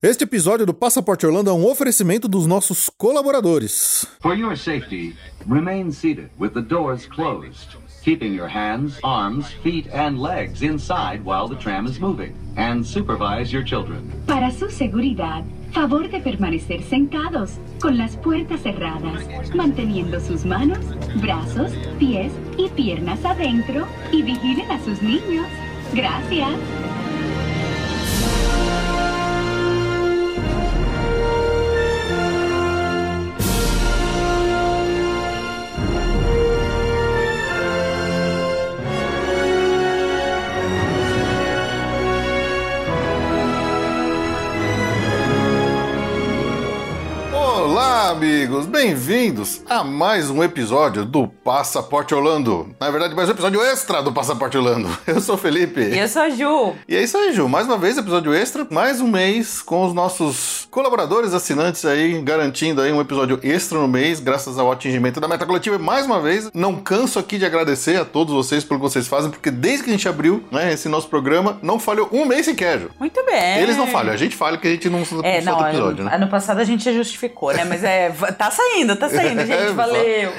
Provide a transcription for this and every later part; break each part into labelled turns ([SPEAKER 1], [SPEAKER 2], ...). [SPEAKER 1] Este episódio do Passaporte Orlando é um oferecimento dos nossos colaboradores.
[SPEAKER 2] For your safety, remain seated with the doors closed, keeping your hands, arms, feet, and legs inside while the tram is moving, and supervise your children.
[SPEAKER 3] Para su seguridad, favor de permanecer sentados con las puertas cerradas, manteniendo sus manos, brazos, pies y piernas adentro y vigilen a sus niños. Gracias.
[SPEAKER 1] Olá, amigos! Bem-vindos a mais um episódio do Passaporte Orlando. Na verdade, mais um episódio extra do Passaporte Orlando. Eu sou o Felipe.
[SPEAKER 4] E eu sou a Ju.
[SPEAKER 1] E é isso aí, Ju. Mais uma vez, episódio extra, mais um mês com os nossos colaboradores assinantes aí, garantindo aí um episódio extra no mês, graças ao atingimento da meta coletiva. E mais uma vez, não canso aqui de agradecer a todos vocês pelo que vocês fazem, porque desde que a gente abriu né, esse nosso programa, não falhou um mês sequer, Ju.
[SPEAKER 4] Muito bem.
[SPEAKER 1] Eles não falham, a gente falha que a gente não solta
[SPEAKER 4] É, não,
[SPEAKER 1] solta episódio,
[SPEAKER 4] ano,
[SPEAKER 1] né?
[SPEAKER 4] ano passado a gente justificou, né? Mas é, va- tá saindo, tá saindo,
[SPEAKER 1] É,
[SPEAKER 4] gente, valeu.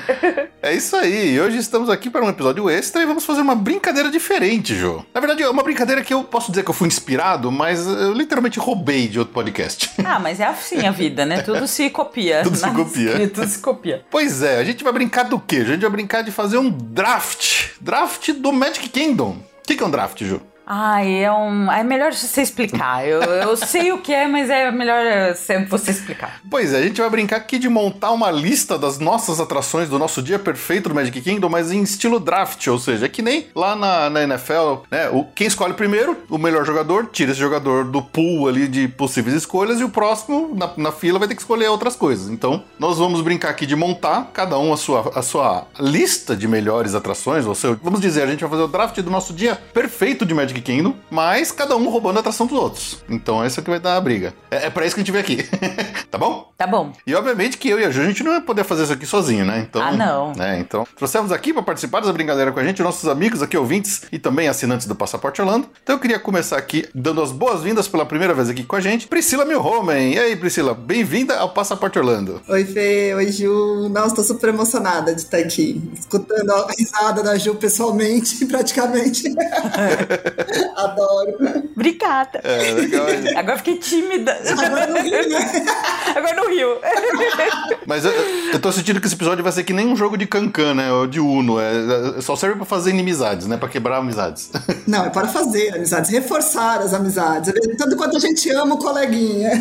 [SPEAKER 1] É isso aí, e hoje estamos aqui para um episódio extra e vamos fazer uma brincadeira diferente, Jô. Na verdade, é uma brincadeira que eu posso dizer que eu fui inspirado, mas eu literalmente roubei de outro podcast.
[SPEAKER 4] Ah, mas é assim a vida, né? Tudo se copia.
[SPEAKER 1] Tudo se
[SPEAKER 4] Nas-
[SPEAKER 1] copia.
[SPEAKER 4] Tudo se copia.
[SPEAKER 1] pois é, a gente vai brincar do quê? A gente vai brincar de fazer um draft. Draft do Magic Kingdom. O que, que é um draft, Jô?
[SPEAKER 4] Ai, é um. É melhor você explicar. Eu, eu sei o que é, mas é melhor sempre você explicar.
[SPEAKER 1] Pois é, a gente vai brincar aqui de montar uma lista das nossas atrações do nosso dia perfeito do Magic Kingdom, mas em estilo draft, ou seja, é que nem lá na, na NFL, né? O, quem escolhe primeiro, o melhor jogador, tira esse jogador do pool ali de possíveis escolhas e o próximo na, na fila vai ter que escolher outras coisas. Então, nós vamos brincar aqui de montar cada um a sua, a sua lista de melhores atrações, ou seja, vamos dizer, a gente vai fazer o draft do nosso dia perfeito de Magic Kingdom, mas cada um roubando a atração dos outros. Então, essa que vai dar a briga. É, é para isso que a gente veio aqui. tá bom?
[SPEAKER 4] Tá bom.
[SPEAKER 1] E obviamente que eu e a Ju, a gente não ia poder fazer isso aqui sozinho, né? Então,
[SPEAKER 4] Ah, não.
[SPEAKER 1] Né? Então, trouxemos aqui para participar dessa brincadeira com a gente, nossos amigos aqui, ouvintes e também assinantes do Passaporte Orlando. Então eu queria começar aqui dando as boas-vindas pela primeira vez aqui com a gente, Priscila Milhomen. E aí, Priscila, bem-vinda ao Passaporte Orlando.
[SPEAKER 5] Oi, Fê. Oi, Ju. Nossa, tô super emocionada de estar aqui, escutando a risada da Ju pessoalmente, praticamente. Adoro.
[SPEAKER 4] Obrigada.
[SPEAKER 1] É, legal. hein?
[SPEAKER 4] Agora fiquei tímida.
[SPEAKER 5] Agora não ri, né?
[SPEAKER 4] Agora não riu.
[SPEAKER 1] Mas eu, eu tô sentindo que esse episódio vai ser que nem um jogo de cancan, né? Ou de Uno. É, é- só serve para fazer inimizades, né? Para quebrar amizades.
[SPEAKER 5] Não, é para fazer amizades, reforçar as amizades. Tanto quanto a gente ama o coleguinha.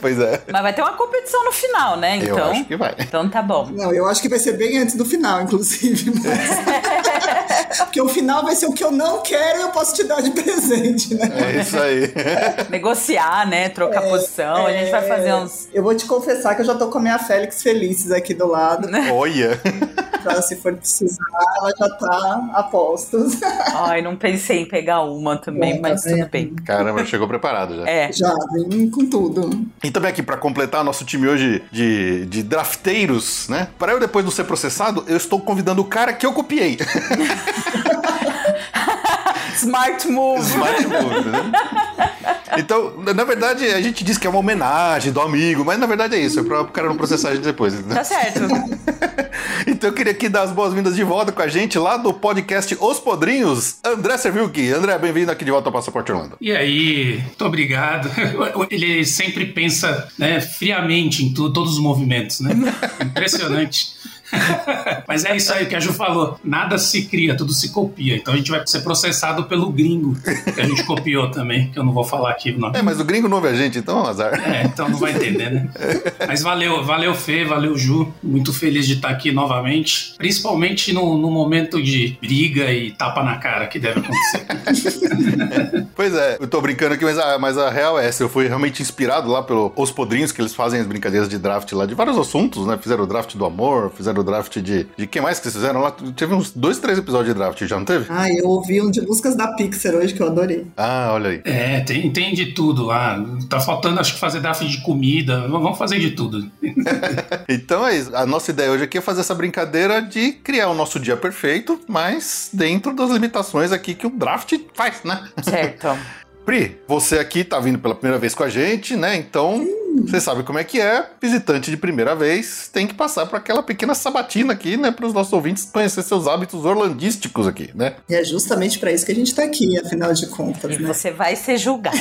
[SPEAKER 1] pois é.
[SPEAKER 4] Mas vai ter uma competição no final, né?
[SPEAKER 1] Eu
[SPEAKER 4] Então.
[SPEAKER 1] acho que vai.
[SPEAKER 4] Então tá bom.
[SPEAKER 5] Não, eu acho que vai ser bem antes do final, inclusive. mas- Porque o final vai ser o que eu não quero e eu posso te dar de presente, né?
[SPEAKER 1] É isso aí.
[SPEAKER 4] Negociar, né? Trocar posição. A gente vai fazer uns.
[SPEAKER 5] É, Eu vou te confessar que eu já tô com a minha Félix Felices aqui do lado.
[SPEAKER 1] Olha.
[SPEAKER 5] Pra se for precisar, ela já tá a postos.
[SPEAKER 4] Ai, não pensei em pegar uma também,
[SPEAKER 5] Bom, tá
[SPEAKER 4] mas tudo
[SPEAKER 5] vendo?
[SPEAKER 4] bem.
[SPEAKER 1] Caramba, chegou preparado já.
[SPEAKER 4] É.
[SPEAKER 5] Já, vem com tudo.
[SPEAKER 1] E também aqui, pra completar nosso time hoje de, de drafteiros, né? Para eu depois não ser processado, eu estou convidando o cara que eu copiei.
[SPEAKER 4] Smart move.
[SPEAKER 1] Smart Move, né? Então, na na verdade, a gente diz que é uma homenagem do amigo, mas na verdade é isso, é pra o cara não processar a gente depois. né?
[SPEAKER 4] Tá certo.
[SPEAKER 1] Então eu queria aqui dar as boas-vindas de volta com a gente lá do podcast Os Podrinhos, André Servilke. André, bem-vindo aqui de volta ao Passaporte Orlando.
[SPEAKER 6] E aí, muito obrigado. Ele sempre pensa né, friamente em tu- todos os movimentos, né? Impressionante. Mas é isso aí que a Ju falou. Nada se cria, tudo se copia. Então a gente vai ser processado pelo gringo que a gente copiou também, que eu não vou falar aqui o nome.
[SPEAKER 1] É, mas o gringo não vê a gente, então é um azar.
[SPEAKER 6] É, então não vai entender, né? Mas valeu, valeu Fê, valeu Ju. Muito feliz de estar aqui novamente. Principalmente no, no momento de briga e tapa na cara que deve acontecer.
[SPEAKER 1] Pois é, eu tô brincando aqui, mas a, mas a real é essa. Eu fui realmente inspirado lá pelos os podrinhos que eles fazem as brincadeiras de draft lá de vários assuntos, né? Fizeram o draft do amor, fizeram o draft de. De quem mais que vocês fizeram lá? Teve uns dois, três episódios de draft, já não teve?
[SPEAKER 5] Ai, eu ouvi um de músicas da Pixar hoje que eu adorei.
[SPEAKER 1] Ah, olha aí.
[SPEAKER 6] É, tem, tem de tudo lá. Tá faltando, acho que fazer draft de comida. V- Vamos fazer de tudo.
[SPEAKER 1] Então é isso. A nossa ideia hoje aqui é fazer essa brincadeira de criar o nosso dia perfeito, mas dentro das limitações aqui que o draft faz, né?
[SPEAKER 4] Certo.
[SPEAKER 1] Pri, você aqui tá vindo pela primeira vez com a gente, né? Então, você sabe como é que é. Visitante de primeira vez tem que passar por aquela pequena sabatina aqui, né? Para os nossos ouvintes conhecer seus hábitos orlandísticos aqui, né?
[SPEAKER 5] E é justamente para isso que a gente tá aqui, afinal de contas,
[SPEAKER 4] E
[SPEAKER 5] né?
[SPEAKER 4] você vai ser julgado.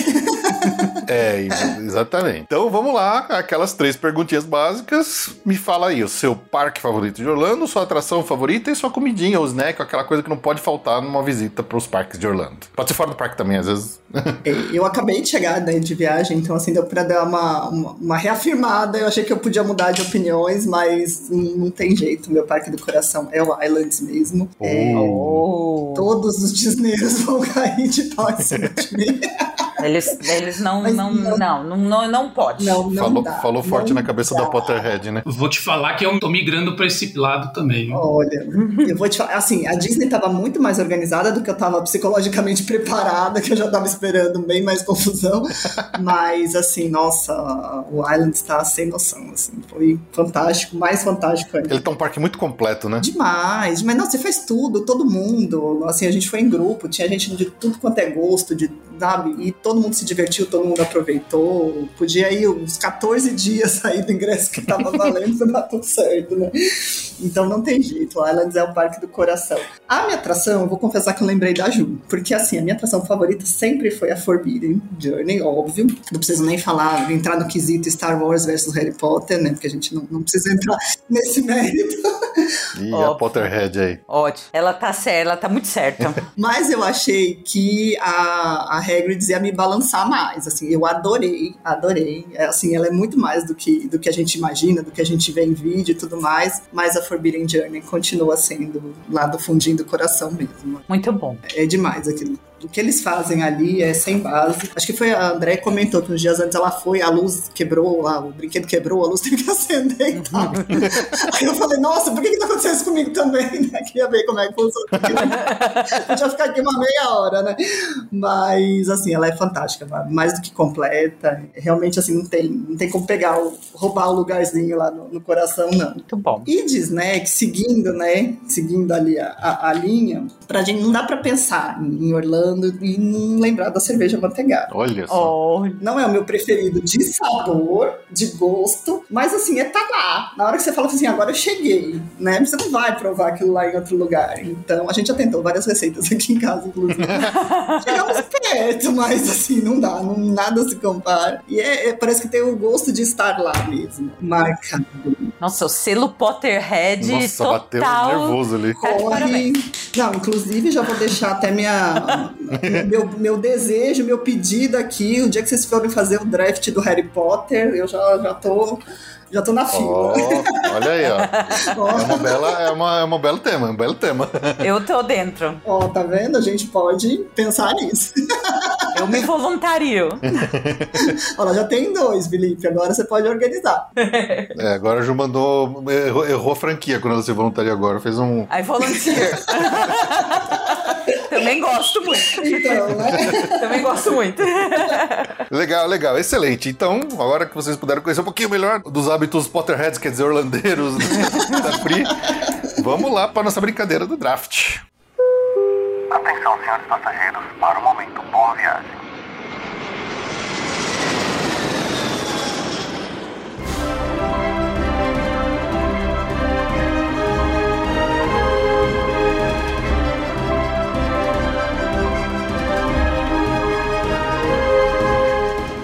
[SPEAKER 1] É, e- exatamente. Então vamos lá, aquelas três perguntinhas básicas. Me fala aí, o seu parque favorito de Orlando, sua atração favorita e sua comidinha, ou snack, aquela coisa que não pode faltar numa visita para os parques de Orlando. Pode ser fora do parque também, às vezes.
[SPEAKER 5] É, E Eu acabei de chegar né, de viagem, então assim, deu pra dar uma, uma, uma reafirmada. Eu achei que eu podia mudar de opiniões, mas hum, não tem jeito. Meu parque do coração é o Islands mesmo. É,
[SPEAKER 4] Oh.
[SPEAKER 5] todos os disneiros vão cair de pau em cima de mim.
[SPEAKER 4] Eles, eles não,
[SPEAKER 5] Mas
[SPEAKER 4] não,
[SPEAKER 5] não-
[SPEAKER 4] não, não, não, não pode.
[SPEAKER 5] Não, não
[SPEAKER 1] falou
[SPEAKER 5] dá.
[SPEAKER 1] falou forte
[SPEAKER 5] não
[SPEAKER 1] na cabeça
[SPEAKER 5] dá.
[SPEAKER 1] da Potterhead, né?
[SPEAKER 6] Vou te falar que eu tô migrando pra esse lado também. viu?
[SPEAKER 5] Olha, eu vou te falar, assim, a Disney estava muito mais organizada do que eu estava psicologicamente preparada, que eu já estava esperando bem mais confusão. Mas, assim, nossa, o Island está sem noção, assim, foi fantástico, mais fantástico ainda.
[SPEAKER 1] Ele tá um parque muito completo, né?
[SPEAKER 5] Demais, mas não, você faz tudo, todo mundo. Assim, a gente foi em grupo, tinha gente de tudo quanto é gosto, de, sabe? E todo mundo se divertiu, todo mundo aproveitou. Podia ir uns 14 dias sair do ingresso que tava valendo, pra dar tudo certo, né? Então não tem jeito, o Islands é o parque do coração. A minha atração, eu vou confessar que eu lembrei da Ju, porque assim, a minha atração favorita sempre foi a Forbidden Journey, óbvio. Não preciso nem falar, entrar no quesito Star Wars versus Harry Potter, né? Porque a gente não, não precisa entrar nesse mérito.
[SPEAKER 1] E a
[SPEAKER 4] Óbvio.
[SPEAKER 1] Potterhead aí.
[SPEAKER 4] Ótimo. Ela tá certa, ela tá muito certa.
[SPEAKER 5] Mas eu achei que a, a Hagrid ia me balançar mais, assim, eu adorei, adorei. É, assim, ela é muito mais do que, do que a gente imagina, do que a gente vê em vídeo e tudo mais, mas a Forbidden Journey continua sendo lá do fundinho do coração mesmo.
[SPEAKER 4] muito bom.
[SPEAKER 5] É demais aquilo. O que eles fazem ali é sem base. Acho que foi a André que comentou que uns dias antes ela foi, a luz quebrou, a- o brinquedo quebrou, a luz teve que acender e tal. Aí eu falei, nossa, por que que tá acontecendo isso comigo também? né? Queria ver como é que funciona. Podia ficar aqui uma meia hora, né? Mas, assim, ela é fantástica, mais do que completa. Realmente, assim, não tem, não tem como pegar, o- roubar o lugarzinho lá no- no coração, não.
[SPEAKER 4] Muito bom.
[SPEAKER 5] E diz, né, que seguindo, né, seguindo ali a, a, a linha, pra gente não dá pra pensar em em Orlando e não lembrar da cerveja manteigada.
[SPEAKER 1] Olha só.
[SPEAKER 4] Olha.
[SPEAKER 5] Não é o meu preferido de sabor, de gosto, mas assim, é tá lá. Na hora que você fala assim, agora eu cheguei, né? Você não vai provar aquilo lá em outro lugar. Então, a gente já tentou várias receitas aqui em casa, inclusive. Chegamos perto, mas assim, não dá, não, nada se compara. E é- é- parece que tem o gosto de estar lá mesmo. Marca.
[SPEAKER 4] Nossa, o selo Potterhead
[SPEAKER 1] Nossa, bateu um
[SPEAKER 4] total.
[SPEAKER 1] nervoso ali.
[SPEAKER 4] Tá de
[SPEAKER 5] Corre. Não, inclusive já vou deixar até minha meu, meu desejo, meu pedido aqui. O dia que vocês forem fazer o draft do Harry Potter, eu já, já tô já tô na
[SPEAKER 1] Ó,
[SPEAKER 5] fila.
[SPEAKER 1] olha aí, ó. É
[SPEAKER 5] Ó,
[SPEAKER 1] uma bela, é uma, é uma belo tema, é um belo tema.
[SPEAKER 4] Eu tô dentro.
[SPEAKER 5] ó, tá vendo? A gente pode pensar nisso.
[SPEAKER 4] Eu me voluntario.
[SPEAKER 5] Olha, já tem dois, Felipe. Agora você pode organizar.
[SPEAKER 1] É, agora a Ju mandou. Errou, errou a franquia quando ela se voluntaria agora. Fez um.
[SPEAKER 4] I volunteer. Também gosto muito.
[SPEAKER 5] Então, né?
[SPEAKER 4] Também gosto muito.
[SPEAKER 1] Legal, legal, excelente. Então, agora que vocês puderam conhecer um pouquinho melhor dos hábitos Potterheads, quer dizer, orlandeiros né, da Pri, vamos lá para nossa brincadeira do draft.
[SPEAKER 7] Atenção, senhores passageiros, para o momento. Boa viagem.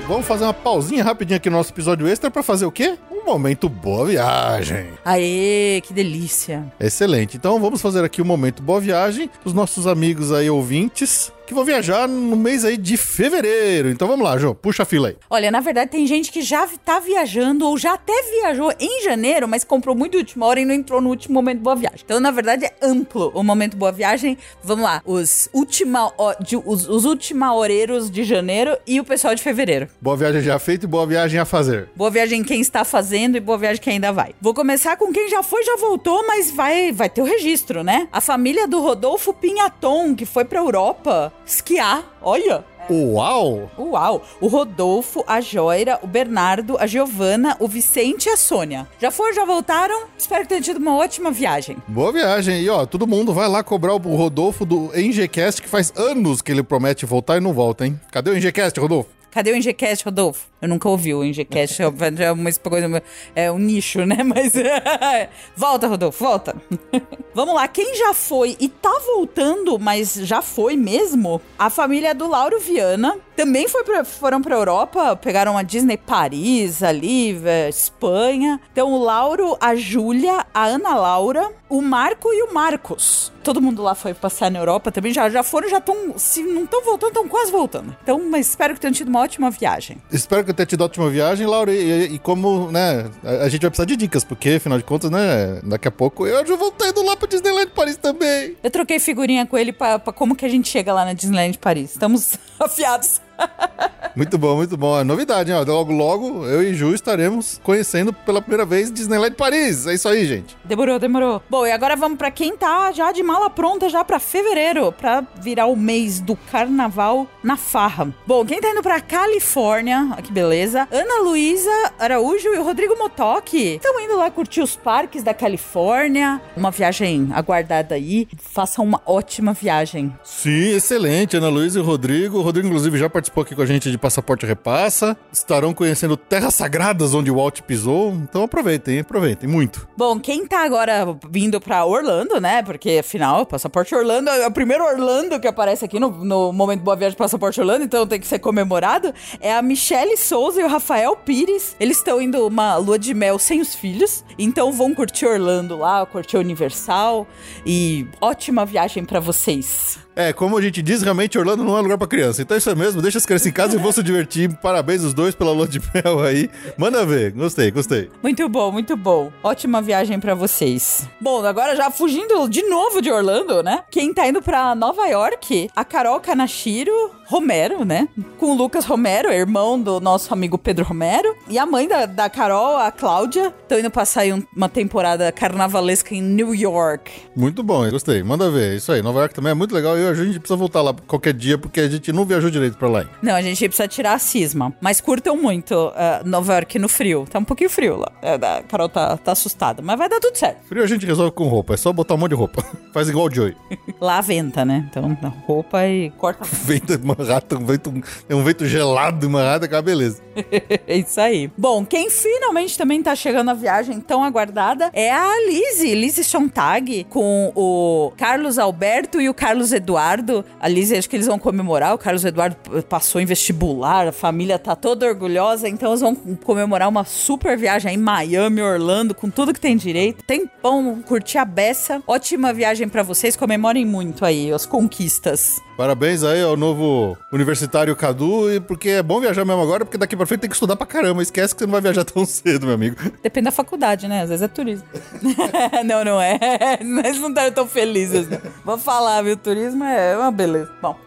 [SPEAKER 1] Vamos fazer uma pausinha rapidinha aqui no nosso episódio extra para fazer o quê? Um momento boa viagem.
[SPEAKER 4] Aê, que delícia.
[SPEAKER 1] Excelente. Então vamos fazer aqui o momento Boa Viagem, os nossos amigos aí ouvintes que vão viajar no mês aí de fevereiro. Então vamos lá, João, puxa a fila aí.
[SPEAKER 8] Olha, na verdade tem gente que já vi- tá viajando ou já até viajou em janeiro, mas comprou muito de última hora e não entrou no último momento boa viagem. Então, na verdade, é amplo o momento boa viagem. Vamos lá, os última ho- de- os, os última horeiros de janeiro e o pessoal de fevereiro.
[SPEAKER 1] Boa viagem já feita e boa viagem a fazer.
[SPEAKER 8] Boa viagem quem está fazendo e boa viagem quem ainda vai. Vou começar com quem já foi, já voltou, mas vai vai ter o registro, né? A família do Rodolfo Pinhaton, que foi pra Europa esquiar. Olha,
[SPEAKER 1] Uau!
[SPEAKER 4] Uau! O Rodolfo, a Joira, o Bernardo, a Giovana, o Vicente e a Sônia. Já foram, já voltaram? Espero que tenham tido uma ótima viagem.
[SPEAKER 1] Boa viagem. E ó, todo mundo vai lá cobrar o Rodolfo do NGCast, que faz anos que ele promete voltar e não volta, hein? Cadê o NGCast, Rodolfo?
[SPEAKER 4] Cadê o Ingecast, Rodolfo? Eu nunca ouvi o Ingecast, obviamente, é uma coisa, é um nicho, né? Mas volta, Rodolfo, volta. Vamos lá, quem já foi e tá voltando, mas já foi mesmo? A família do Lauro Viana também foi pra, foram pra Europa, pegaram a Disney Paris ali, é, Espanha. Então o Lauro, a Júlia, a Ana Laura, o Marco e o Marcos. Todo mundo lá foi passar na Europa também, já, já foram, já estão, se não estão voltando, estão quase voltando. Então, mas espero que tenham tido uma ótima viagem.
[SPEAKER 1] Espero que eu tenha tido ótima viagem, Laura. E, e como, né, a, a gente vai precisar de dicas, porque, afinal de contas, né, daqui a pouco eu já voltei indo lá pra Disneyland Paris também.
[SPEAKER 4] Eu troquei figurinha com ele pra, pra como que a gente chega lá na Disneyland Paris. Estamos afiados.
[SPEAKER 1] Muito bom, muito bom. É novidade, hein? ó. Logo, logo, eu e Ju estaremos conhecendo pela primeira vez Disneyland Paris. É isso aí, gente.
[SPEAKER 4] Demorou, demorou. Bom, e agora vamos pra quem tá já de mala pronta já pra fevereiro, pra virar o mês do carnaval na farra. Bom, quem tá indo pra Califórnia, ó que beleza. Ana Luísa Araújo e o Rodrigo Motoque estão indo lá curtir os parques da Califórnia. Uma viagem aguardada aí. Façam uma ótima viagem.
[SPEAKER 1] Sim, excelente. Ana Luísa e o Rodrigo. O Rodrigo, inclusive, já participou aqui com a gente de Passaporte Repassa. Estarão conhecendo terras sagradas onde o Walt pisou. Então aproveitem, aproveitem muito.
[SPEAKER 4] Bom, quem tá agora vindo pra Orlando, né? Porque afinal, Passaporte Orlando é o primeiro Orlando que aparece aqui no, no momento Boa Viagem Passaporte Orlando, então tem que ser comemorado. É a Michelle Souza e o Rafael Pires. Eles estão indo uma lua de mel sem os filhos, então vão curtir Orlando lá, curtir Universal e ótima viagem pra vocês.
[SPEAKER 1] É, como a gente diz, realmente Orlando não é lugar pra criança. Então é isso mesmo, deixa as crianças em casa e vão se divertir. Parabéns os dois pela lua de mel aí. Manda ver, gostei, gostei.
[SPEAKER 4] Muito bom, muito bom. Ótima viagem pra vocês. Bom, agora já fugindo de novo de Orlando, né? Quem tá indo pra Nova York, a Carol Kanashiro Romero, né? Com o Lucas Romero, irmão do nosso amigo Pedro Romero. E a mãe da, da Carol, a Cláudia, estão indo passar aí um- uma temporada carnavalesca em New York.
[SPEAKER 1] Muito bom, gostei. Manda ver, isso aí. Nova York também é muito legal e eu- a gente precisa voltar lá qualquer dia porque a gente não viajou direito pra lá. ainda.
[SPEAKER 4] Não, a gente precisa tirar a cisma. Mas curtam muito ah, Nova York no frio. Tá um pouquinho frio lá. É, A Carol tá, tá assustada, mas vai dar tudo certo.
[SPEAKER 1] Frio a gente resolve com roupa, é só botar um monte de roupa. Faz igual o Joey.
[SPEAKER 4] Lá venta, né? Então, roupa e corta.
[SPEAKER 1] Vento de Manhattan, vento, é um vento gelado de Manhattan, que é uma beleza.
[SPEAKER 4] É isso aí. Bom, quem finalmente também tá chegando a viagem tão aguardada é a Lizzie, Lizzie Sontag, com o Carlos Alberto e o Carlos Eduardo. A Lizzie, acho que eles vão comemorar, o Carlos Eduardo p- passou em vestibular, a família tá toda orgulhosa, então eles vão comemorar uma super viagem em Miami, Orlando, com tudo que tem direito. Tempão, curtir a beça. Ótima viagem pra vocês, comemorem muito aí as conquistas.
[SPEAKER 1] Parabéns aí ao novo universitário Cadu, e porque é bom viajar mesmo agora, porque daqui pra frente tem que estudar pra caramba. Esquece que você não vai viajar tão cedo, meu amigo.
[SPEAKER 4] Depende da faculdade, né? Às vezes é turismo. não, não é. Eles não estão tão felizes, não. Vou falar, viu? Turismo é uma beleza. Bom.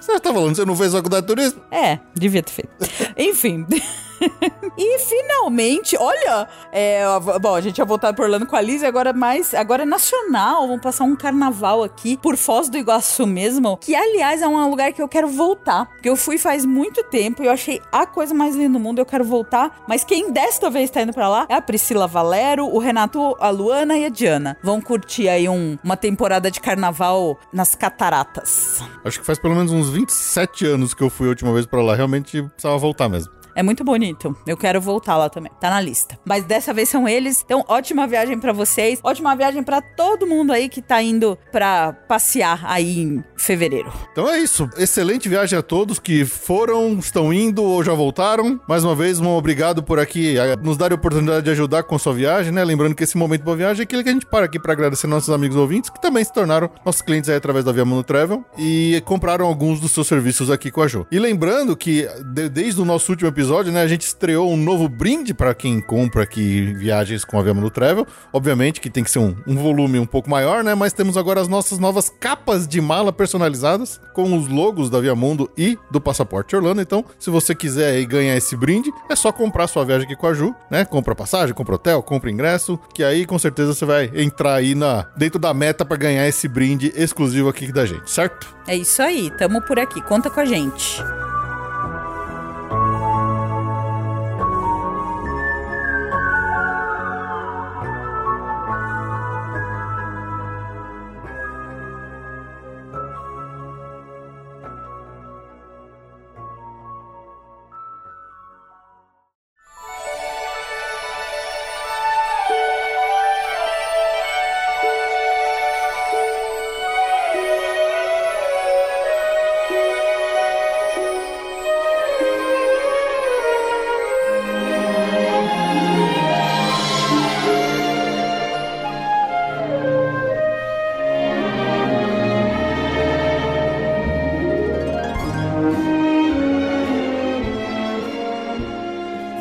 [SPEAKER 1] Você tá falando, você não fez faculdade de turismo?
[SPEAKER 4] É, devia ter feito. Enfim. e finalmente, olha, é, ó, v- bom, a gente ia voltar para Orlando com a Liz, agora mais, agora é nacional, vamos passar um carnaval aqui por Foz do Iguaçu mesmo, que aliás é um lugar que eu quero voltar, porque eu fui faz muito tempo e eu achei a coisa mais linda do mundo, eu quero voltar, mas quem desta vez tá indo para lá é a Priscila Valero, o Renato, a Luana e a Diana. Vão curtir aí um- uma temporada de carnaval nas cataratas.
[SPEAKER 1] Acho que faz pelo menos uns 27 anos que eu fui a última vez pra lá. Realmente precisava voltar mesmo.
[SPEAKER 4] É muito bonito. Eu quero voltar lá também. Tá na lista. Mas dessa vez são eles. Então, ótima viagem pra vocês. Ótima viagem pra todo mundo aí que tá indo pra passear aí em fevereiro.
[SPEAKER 1] Então é isso. Excelente viagem a todos que foram, estão indo ou já voltaram. Mais uma vez, um obrigado por aqui a nos dar a oportunidade de ajudar com a sua viagem, né? Lembrando que esse momento boa viagem é aquele que a gente para aqui para agradecer nossos amigos ouvintes que também se tornaram nossos clientes aí através da Via Mundo Travel e compraram alguns dos seus serviços aqui com a Ju. E lembrando que de- desde o nosso último episódio
[SPEAKER 9] episódio, né, a gente estreou um novo brinde para quem compra aqui viagens com a Vema no Travel. Obviamente que tem que ser um, um volume um pouco maior, né? Mas temos agora as nossas novas capas de mala personalizadas com os logos da Via Mundo e do Passaporte Orlando. Então, se você quiser aí ganhar esse brinde, é só comprar sua viagem aqui com a Ju, né? Compra passagem, compra hotel, compra ingresso, que aí com certeza você vai entrar aí na dentro da meta para ganhar esse brinde exclusivo aqui da gente, certo?
[SPEAKER 8] É isso aí, tamo por aqui, conta com a gente.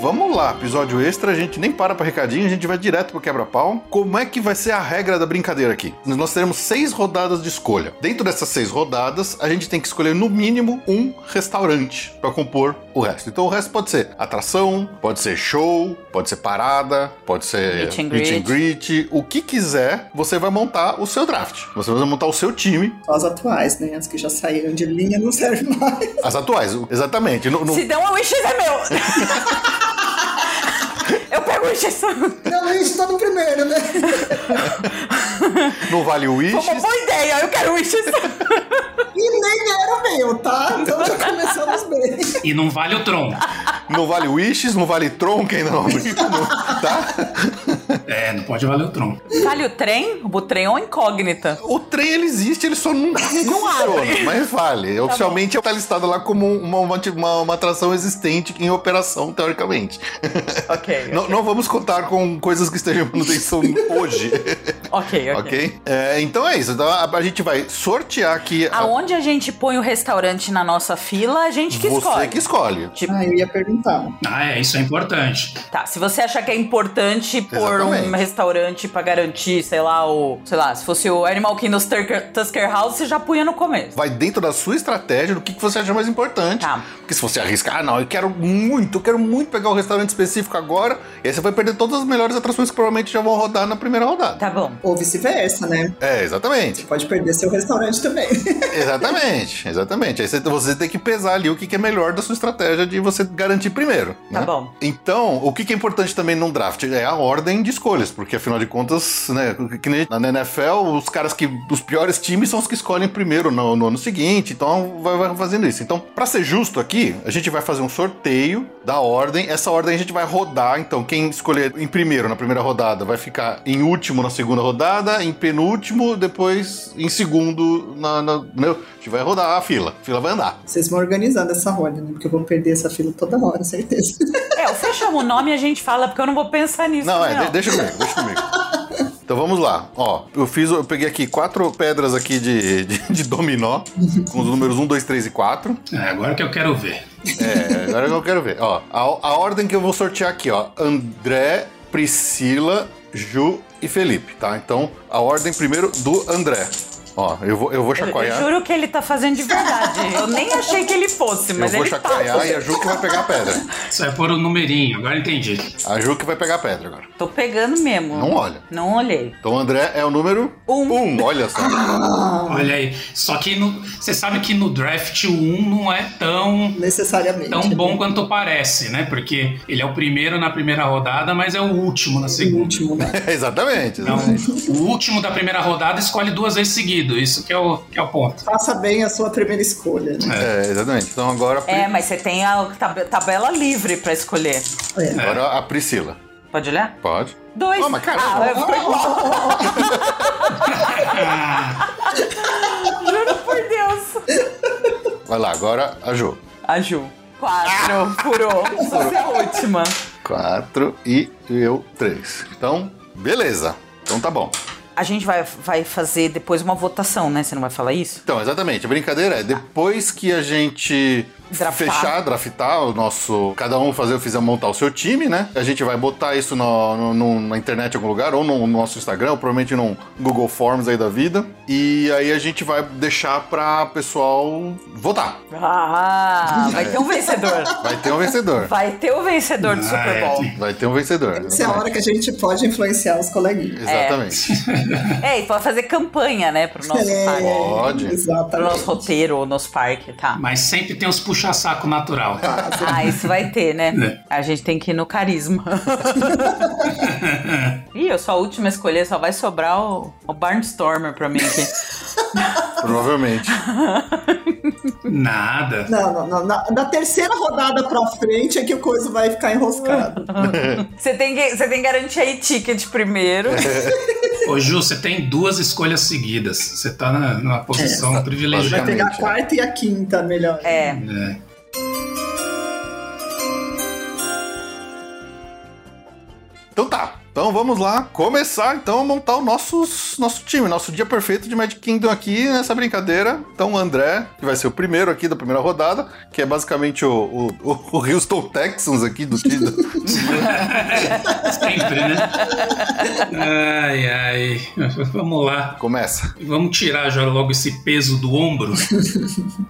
[SPEAKER 1] Vamos lá, episódio extra, a gente nem para pra recadinho, a gente vai direto pro quebra-pau. Como é que vai ser a regra da brincadeira aqui? Nós teremos seis rodadas de escolha. Dentro dessas seis rodadas, a gente tem que escolher no mínimo um restaurante pra compor o resto. Então o resto pode ser atração, pode ser show, pode ser parada, pode ser
[SPEAKER 4] Meet and
[SPEAKER 1] meet and
[SPEAKER 4] greet.
[SPEAKER 1] greet, o que quiser, você vai montar o seu draft. Você vai montar o seu time,
[SPEAKER 5] Só as atuais, né? As que já saíram de linha não servem mais.
[SPEAKER 1] as atuais, o- exatamente. No, no-
[SPEAKER 4] Se dão, o X é meu. Eu pego o X. Foi
[SPEAKER 5] Não, isso tá no primeiro, né?
[SPEAKER 1] no Vale Wishes,
[SPEAKER 4] uma boa ideia, eu quero o X.
[SPEAKER 5] E nem era meu, tá? Então já começamos bem.
[SPEAKER 6] E não vale o Tron.
[SPEAKER 1] no Vale Wishes, no Vale Tron, quem não brinca, no- tá?
[SPEAKER 6] É, não pode valer o Tron.
[SPEAKER 4] Vale o trem? O trem ou incógnita?
[SPEAKER 1] O trem ele existe, ele só não, não funciona, mas vale.
[SPEAKER 4] Tá
[SPEAKER 1] Oficialmente é está listado tá lá como uma, uma, uma- uma atração existente em operação, teoricamente.
[SPEAKER 4] Ok,
[SPEAKER 1] Não, não vamos contar com coisas que estejam em manutenção hoje,
[SPEAKER 4] ok, ok.
[SPEAKER 1] ok? É, então é isso. Então a, a gente vai sortear aqui. a-
[SPEAKER 4] Aonde a gente põe o restaurante na nossa fila, a gente que
[SPEAKER 1] você
[SPEAKER 4] escolhe.
[SPEAKER 1] que escolhe.
[SPEAKER 4] Tipo,
[SPEAKER 5] Ah, eu ia perguntar.
[SPEAKER 6] Ah, é, isso é importante.
[SPEAKER 4] tá, se você achar que é importante pôr um
[SPEAKER 1] Exatamente.
[SPEAKER 4] restaurante pra garantir, sei lá, o. Sei lá, se fosse o Animal Kingdom's Tusker, Tusker House, você já punha no começo.
[SPEAKER 1] Vai dentro da sua estratégia, do que, que você acha mais importante.
[SPEAKER 4] Tá.
[SPEAKER 1] Porque se você arriscar, ah, não, eu quero muito, eu quero muito pegar um restaurante específico agora, e aí você vai perder todas as melhores atrações que provavelmente já vão rodar na primeira rodada.
[SPEAKER 4] Tá bom.
[SPEAKER 5] Ou vice-versa, né?
[SPEAKER 4] Tá.
[SPEAKER 1] É, exatamente.
[SPEAKER 5] Pode perder seu restaurante também.
[SPEAKER 1] Exatamente, exatamente. Aí você, você tem que pesar ali o que, que é melhor da sua estratégia de você garantir primeiro.
[SPEAKER 4] Tá
[SPEAKER 1] né?
[SPEAKER 4] bom.
[SPEAKER 1] Então, o que, que é importante também num draft é a ordem de escolhas, porque afinal de contas, né, que nem na NFL, os caras que. Os piores times são os que escolhem primeiro no, no ano seguinte, então vai, vai fazendo isso. Então, pra ser justo aqui, a gente vai fazer um sorteio da ordem. Essa ordem a gente vai rodar, então quem escolher em primeiro na primeira rodada vai ficar em último na segunda rodada, em penúltimo, depois em segundo na. na entendeu? a gente vai rodar a fila. A fila vai andar.
[SPEAKER 5] Vocês vão organizando essa roda, né? Porque eu vou perder essa fila toda hora, certeza.
[SPEAKER 4] É, o fechamos o nome e a gente fala, porque eu não vou pensar nisso.
[SPEAKER 1] Não, é,
[SPEAKER 4] não.
[SPEAKER 1] de- deixa comigo, deixa comigo. Então vamos lá. Ó, eu fiz, eu peguei aqui quatro pedras aqui de, de, de dominó, com os números 1, 2, 3 e 4.
[SPEAKER 6] É, agora que eu quero ver.
[SPEAKER 1] É, agora eu quero ver. Ó, a, a ordem que eu vou sortear aqui, ó. André, Priscila, Ju e Felipe, tá? Então, a ordem primeiro do André. Ó, eu vou, eu vou
[SPEAKER 4] Eu- Eu
[SPEAKER 1] chacoalhar. Eu,
[SPEAKER 4] juro que ele tá fazendo de verdade. Eu nem achei que ele fosse, mas
[SPEAKER 1] vou
[SPEAKER 4] ele
[SPEAKER 1] chacoalhar
[SPEAKER 4] tá.
[SPEAKER 1] e a Ju que vai pegar a pedra.
[SPEAKER 6] Você vai é pôr o numerinho, agora entendi.
[SPEAKER 1] A Ju que vai pegar a pedra agora.
[SPEAKER 4] Tô pegando mesmo.
[SPEAKER 1] Não olha.
[SPEAKER 4] Não olhei.
[SPEAKER 1] Então, o André é o número
[SPEAKER 4] Um.
[SPEAKER 1] um olha só.
[SPEAKER 6] Olha aí. Só que no- você sabe que no draft o 1 não é tão.
[SPEAKER 5] Necessariamente.
[SPEAKER 6] Tão
[SPEAKER 5] né?
[SPEAKER 6] bom quanto parece, né? Porque ele é o primeiro na primeira rodada, mas é o último na
[SPEAKER 5] O
[SPEAKER 6] segunda.
[SPEAKER 5] último, né?
[SPEAKER 1] exatamente,
[SPEAKER 6] Então,
[SPEAKER 1] exatamente.
[SPEAKER 6] o último da primeira rodada escolhe duas vezes seguido. Isso que é o, que é o ponto.
[SPEAKER 5] Faça bem a sua primeira escolha, né?
[SPEAKER 1] É, exatamente. Então agora, a Pri-
[SPEAKER 4] É, mas você tem a tab- tabela livre pra escolher.
[SPEAKER 5] É.
[SPEAKER 1] agora a Priscila.
[SPEAKER 4] Pode olhar?
[SPEAKER 1] Pode.
[SPEAKER 4] Dois.
[SPEAKER 1] Ah, mas caramba.
[SPEAKER 4] Ah, foi igual. Ah, Juro por Deus.
[SPEAKER 1] Vai lá, agora a Ju.
[SPEAKER 4] A Ju. Quatro. Furou. Você é a última.
[SPEAKER 1] Quatro e eu três. Então, beleza. Então tá bom.
[SPEAKER 4] a gente vai, vai fazer depois uma votação, né? Você não vai falar isso?
[SPEAKER 1] Então, exatamente. A brincadeira é depois que a gente
[SPEAKER 4] Draftar.
[SPEAKER 1] fechar, draftar o nosso. Cada um fazer, fizer montar o seu time, né? A gente vai botar isso no, no- no- na internet em algum lugar, ou no, no nosso Instagram, ou provavelmente num Google Forms aí da vida. E aí a gente vai deixar pra pessoal votar.
[SPEAKER 4] Ah, vai ter um vencedor.
[SPEAKER 1] Vai ter um vencedor.
[SPEAKER 4] Vai ter o vencedor
[SPEAKER 6] Ah,
[SPEAKER 4] do
[SPEAKER 6] é.
[SPEAKER 4] Super Bowl.
[SPEAKER 1] Vai ter um vencedor.
[SPEAKER 5] Essa é a hora que a gente pode influenciar os coleguinhas.
[SPEAKER 1] Exatamente.
[SPEAKER 4] É, e pode fazer campanha, né, pro nosso
[SPEAKER 5] É,
[SPEAKER 4] parque.
[SPEAKER 1] Pode.
[SPEAKER 4] Pro nosso
[SPEAKER 5] Exatamente.
[SPEAKER 4] roteiro, o nosso parque, tá.
[SPEAKER 6] Mas sempre tem os puxa-saco natural.
[SPEAKER 4] Ah, isso vai ter, né?
[SPEAKER 6] É.
[SPEAKER 4] A gente tem que ir no carisma. Ih, eu sou a última a escolher, só vai sobrar o, o Barnstormer pra mim aqui.
[SPEAKER 1] Provavelmente.
[SPEAKER 6] Nada.
[SPEAKER 5] Não, não, não, na, da terceira rodada pra frente é que o coisa vai ficar enroscado.
[SPEAKER 4] Ah, Você tem que, você tem que garantir aí ticket primeiro.
[SPEAKER 6] Ô Ju, você tem duas escolhas seguidas. Você tá na, numa posição
[SPEAKER 5] Vai
[SPEAKER 6] privilegiada.
[SPEAKER 5] pegar a
[SPEAKER 1] Realmente,
[SPEAKER 5] quarta e a quinta, melhor.
[SPEAKER 4] É.
[SPEAKER 6] É.
[SPEAKER 1] Então tá. Então vamos lá começar então a montar o nossos, nosso time, nosso dia perfeito de Magic Kingdom aqui nessa brincadeira. Então o André, que vai ser o primeiro aqui da primeira rodada, que é basicamente o, o, o Houston Texans aqui do time. do-
[SPEAKER 6] Sempre, né? Ai, ai. Vamos lá.
[SPEAKER 1] Começa.
[SPEAKER 6] Vamos tirar já logo esse peso do ombro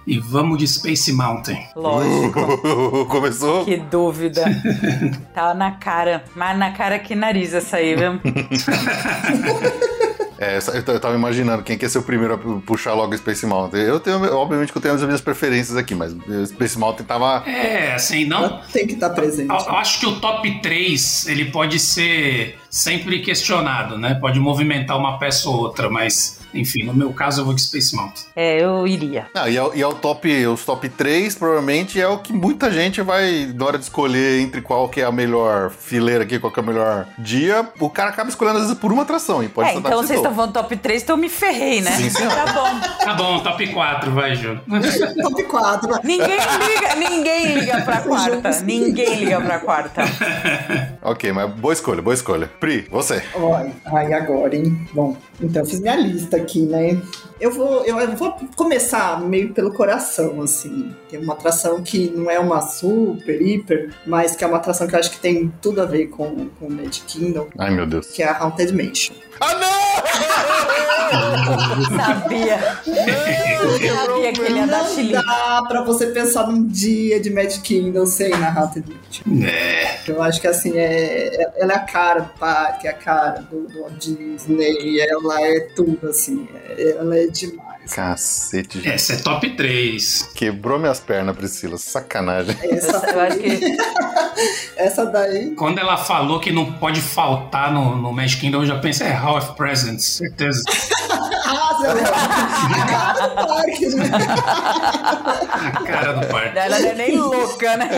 [SPEAKER 6] e vamos de Space Mountain.
[SPEAKER 4] Lógico.
[SPEAKER 1] Começou.
[SPEAKER 4] Que dúvida. Tá na cara. Mas na cara que nariz essa aí, viu?
[SPEAKER 1] É, essa- eu t- eu tava imaginando quem quer ser o primeiro a pu- puxar logo o Space Mountain. Eu tenho, obviamente que eu tenho as minhas preferências aqui, mas o Space Mountain tava.
[SPEAKER 6] É, assim, não.
[SPEAKER 5] Ela Tem que estar presente.
[SPEAKER 6] Eu eu acho que o top 3 ele pode ser sempre questionado, né? Pode movimentar uma peça ou outra, mas enfim, no meu caso eu vou de Space Mountain.
[SPEAKER 4] É, eu iria.
[SPEAKER 1] Não, e, é, o- e é o top, os top 3 provavelmente é o que muita gente vai, na hora de escolher entre qual que é a melhor fileira aqui, qual que é o melhor dia, o cara acaba escolhendo às vezes por uma atração e pode
[SPEAKER 4] é, então vocês estão falando top 3, então eu me ferrei, né?
[SPEAKER 1] Sim, senhora.
[SPEAKER 4] Tá bom.
[SPEAKER 6] Tá bom, top 4, vai, Ju.
[SPEAKER 5] Top 4.
[SPEAKER 4] Ninguém liga, ninguém liga pra quarta. Ninguém liga pra quarta.
[SPEAKER 1] Ok, mas boa escolha, boa escolha. Pri, você.
[SPEAKER 5] Ai, ai, agora, hein? Bom, então eu fiz minha lista aqui, né? Eu vou, eu, eu vou começar meio pelo coração, assim. Tem uma atração que não é uma super, hiper, mas que é uma atração que eu acho que tem tudo a ver com, com o Magic Kingdom,
[SPEAKER 1] Ai, meu Deus.
[SPEAKER 5] que é a Haunted Mansion.
[SPEAKER 1] Ah, não!
[SPEAKER 4] Sabia. Sabia que ele é ia dar
[SPEAKER 5] Não
[SPEAKER 4] chilique.
[SPEAKER 5] dá pra você pensar num dia de Magic Kingdom sem na Haunted Mansion.
[SPEAKER 6] É,
[SPEAKER 5] Eu acho que assim, é, é- ela é a cara do parque, é a cara do, do Disney, ela é tudo, assim, é- ela é demais.
[SPEAKER 1] Cacete, gente.
[SPEAKER 6] essa é top 3.
[SPEAKER 1] Quebrou minhas pernas, Priscila. Sacanagem.
[SPEAKER 5] Essa,
[SPEAKER 4] Eu acho que.
[SPEAKER 5] essa daí.
[SPEAKER 6] Quando ela falou que não pode faltar no, no Magic Kingdom, eu já pensei, é Hall of Presents, certeza.
[SPEAKER 5] Ah, você lembra? A cara do parque, né?
[SPEAKER 6] A cara do parque.
[SPEAKER 4] Ela não é nem louca, né?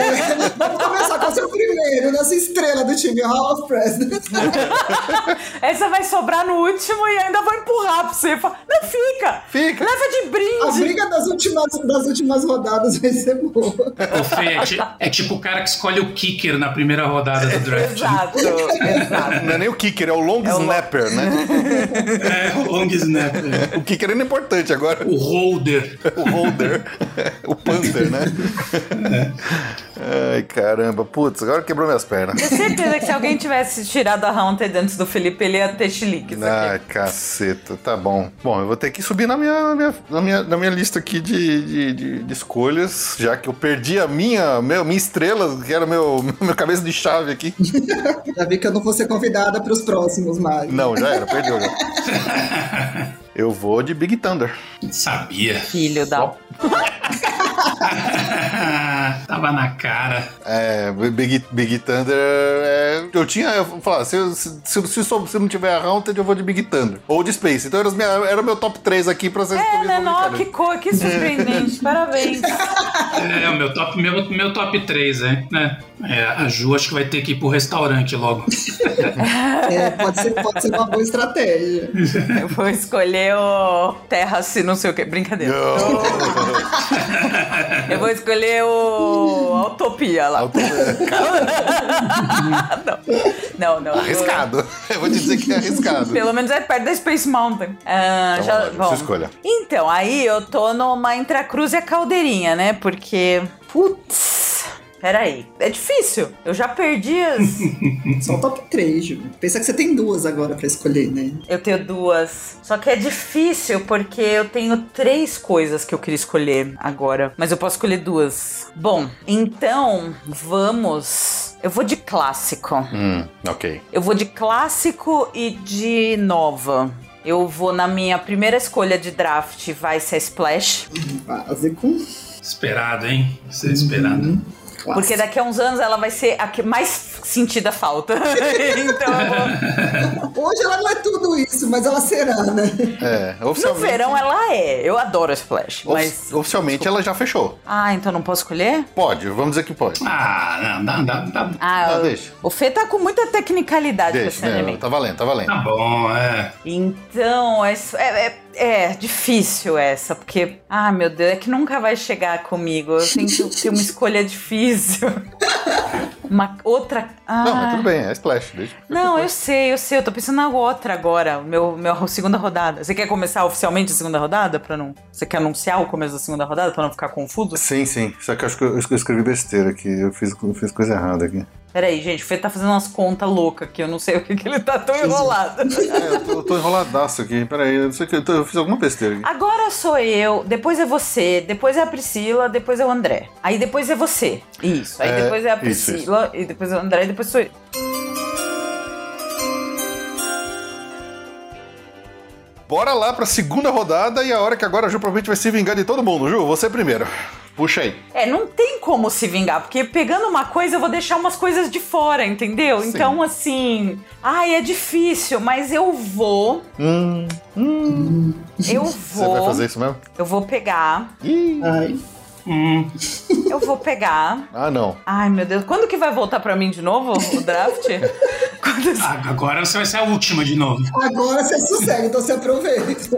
[SPEAKER 5] Vamos começar com o seu primeiro, nessa né? estrela do time Hall of Presidents.
[SPEAKER 4] Essa vai sobrar no último e ainda vou empurrar pra você. Fala, Não fica!
[SPEAKER 1] Fica.
[SPEAKER 4] Leva de
[SPEAKER 5] A
[SPEAKER 4] brinde!
[SPEAKER 5] briga das últimas, das últimas rodadas vai ser boa.
[SPEAKER 6] Ô, Fê, é, ti- é tipo o cara que escolhe o kicker na primeira rodada do draft.
[SPEAKER 4] Exato, exato.
[SPEAKER 1] Não é nem o kicker, é o long snapper, né?
[SPEAKER 6] É, o long snapper.
[SPEAKER 1] O kicker ainda é importante agora.
[SPEAKER 6] O holder.
[SPEAKER 1] O holder. o panther, né? Ai, caramba. Putz, agora quebrou minhas pernas.
[SPEAKER 4] Tenho certeza que se alguém tivesse tirado a Haunted antes do Felipe, ele ia ter chilique. isso aqui.
[SPEAKER 1] Ah, caceta, tá bom. Bom, eu vou ter que subir na minha, na minha, na minha, na minha lista aqui de, de, de- de escolhas, já que eu perdi a minha, meu, minha estrela, que era meu, meu cabeça de chave aqui.
[SPEAKER 5] Já vi que eu não vou ser convidada para os próximos, Mário.
[SPEAKER 1] Não, já era, perdeu já. Eu vou de Big Thunder.
[SPEAKER 6] Sabia.
[SPEAKER 4] Filho da.
[SPEAKER 6] Tava na cara.
[SPEAKER 1] É, Big, Big Thunder é. Eu tinha. Eu vou falar, se, eu- se, se, eu- se, eu- se eu não tiver a Haunted, eu vou de Big Thunder. Ou de Space. Então era, as minha- era o meu top 3 aqui pra vocês.
[SPEAKER 4] É,
[SPEAKER 1] escolherem
[SPEAKER 4] né?
[SPEAKER 1] uma
[SPEAKER 4] Nó,
[SPEAKER 1] brincadeira.
[SPEAKER 4] que cor, que surpreendente. Parabéns.
[SPEAKER 6] É, o meu top, meu, meu top 3, hein? né? É, a Ju acho que vai ter que ir pro restaurante logo.
[SPEAKER 5] É, pode, ser, pode ser uma boa estratégia.
[SPEAKER 4] Eu vou escolher o Terra se não sei o que. Brincadeira. Eu vou escolher o. a Utopia lá.
[SPEAKER 1] Auto-
[SPEAKER 4] Não. Não, não.
[SPEAKER 1] Arriscado. Eu vou te dizer que é arriscado.
[SPEAKER 4] Pelo menos é perto da Space Mountain. Ah,
[SPEAKER 1] Então,
[SPEAKER 4] já,
[SPEAKER 1] vamos lá,
[SPEAKER 4] bom.
[SPEAKER 1] sua escolha.
[SPEAKER 4] Então, aí eu tô numa entre a cruz e a caldeirinha, né? Porque. Putz. Peraí. É difícil. Eu já perdi as.
[SPEAKER 5] Só o top 3, Ju. Pensa que você tem duas agora pra escolher, né?
[SPEAKER 4] Eu tenho duas. Só que é difícil porque eu tenho três coisas que eu queria escolher agora. Mas eu posso escolher duas. Bom, então vamos. Eu vou de clássico.
[SPEAKER 1] Hum, ok.
[SPEAKER 4] Eu vou de clássico e de nova. Eu vou na minha primeira escolha de draft, vai ser Splash.
[SPEAKER 5] Básico.
[SPEAKER 6] Esperado, hein? Isso é esperado.
[SPEAKER 5] Clássico.
[SPEAKER 4] Porque daqui a uns anos ela vai ser a que mais sentida falta. então eu vou
[SPEAKER 5] Hoje ela não é tudo isso, mas ela será, né?
[SPEAKER 1] É,
[SPEAKER 4] No
[SPEAKER 1] oficialmente.
[SPEAKER 4] verão ela é. Eu adoro Splash,
[SPEAKER 1] of-
[SPEAKER 4] mas.
[SPEAKER 1] Oficialmente ela já fechou.
[SPEAKER 4] Ah, então não posso escolher?
[SPEAKER 1] Pode, vamos dizer que pode.
[SPEAKER 6] Ah, não, dá, dá, dá.
[SPEAKER 4] Ah,
[SPEAKER 1] Ah,
[SPEAKER 4] o-
[SPEAKER 1] deixa.
[SPEAKER 4] o Fê tá com muita tecnicalidade
[SPEAKER 1] Deixa,
[SPEAKER 4] pensando em
[SPEAKER 1] né?
[SPEAKER 4] mim.
[SPEAKER 1] Tá valendo, tá valendo.
[SPEAKER 4] Ah.
[SPEAKER 6] Tá bom, é.
[SPEAKER 4] Então, é, s- é, é- é difícil essa, porque, ah, meu Deus, é que nunca vai chegar comigo. Eu tenho que ter uma escolha difícil. Uma outra. Ah,
[SPEAKER 1] Não, mas tudo bem, é splash. Deixa.
[SPEAKER 4] Não, eu sei, eu sei. Eu tô pensando na outra agora, meu, meu segunda rodada. Você quer começar oficialmente a segunda rodada? para não. Você quer anunciar o começo da segunda rodada pra não ficar confuso?
[SPEAKER 1] Sim, sim. Só que eu acho que eu escrevi besteira aqui. Eu fiz, fiz coisa errada aqui.
[SPEAKER 4] Peraí, gente, o Fê tá fazendo umas contas loucas aqui. Eu não sei o que, que ele tá tão enrolado.
[SPEAKER 1] É, eu tô, eu tô enroladaço aqui. Peraí, eu não sei o que. Eu, tô- eu fiz alguma besteira aqui.
[SPEAKER 4] Agora sou eu, depois é você, depois é a Priscila, depois é o André. Aí depois é você. Isso. Aí
[SPEAKER 1] É,
[SPEAKER 4] depois é a
[SPEAKER 1] isso,
[SPEAKER 4] Priscila, e depois é o André, e depois sou eu.
[SPEAKER 1] Bora lá pra segunda rodada e a hora que agora a Ju provavelmente vai se vingar de todo mundo. Ju, você primeiro. Puxa aí.
[SPEAKER 4] É, não tem como se vingar, porque pegando uma coisa eu vou deixar umas coisas de fora, entendeu?
[SPEAKER 1] Sim.
[SPEAKER 4] Então, assim. Ai, é difícil, mas eu vou.
[SPEAKER 1] Hum,
[SPEAKER 4] Eu
[SPEAKER 1] você vai
[SPEAKER 4] vou.
[SPEAKER 1] fazer isso mesmo?
[SPEAKER 4] Eu vou pegar.
[SPEAKER 1] Ih,
[SPEAKER 5] Ai,
[SPEAKER 6] Hum,
[SPEAKER 4] Eu vou pegar.
[SPEAKER 1] ah, não.
[SPEAKER 4] Ai, meu Deus. Quando que vai voltar pra mim de novo o draft? Quando-
[SPEAKER 6] a- agora você vai ser a última de novo.
[SPEAKER 5] agora você sossega, então você aproveita.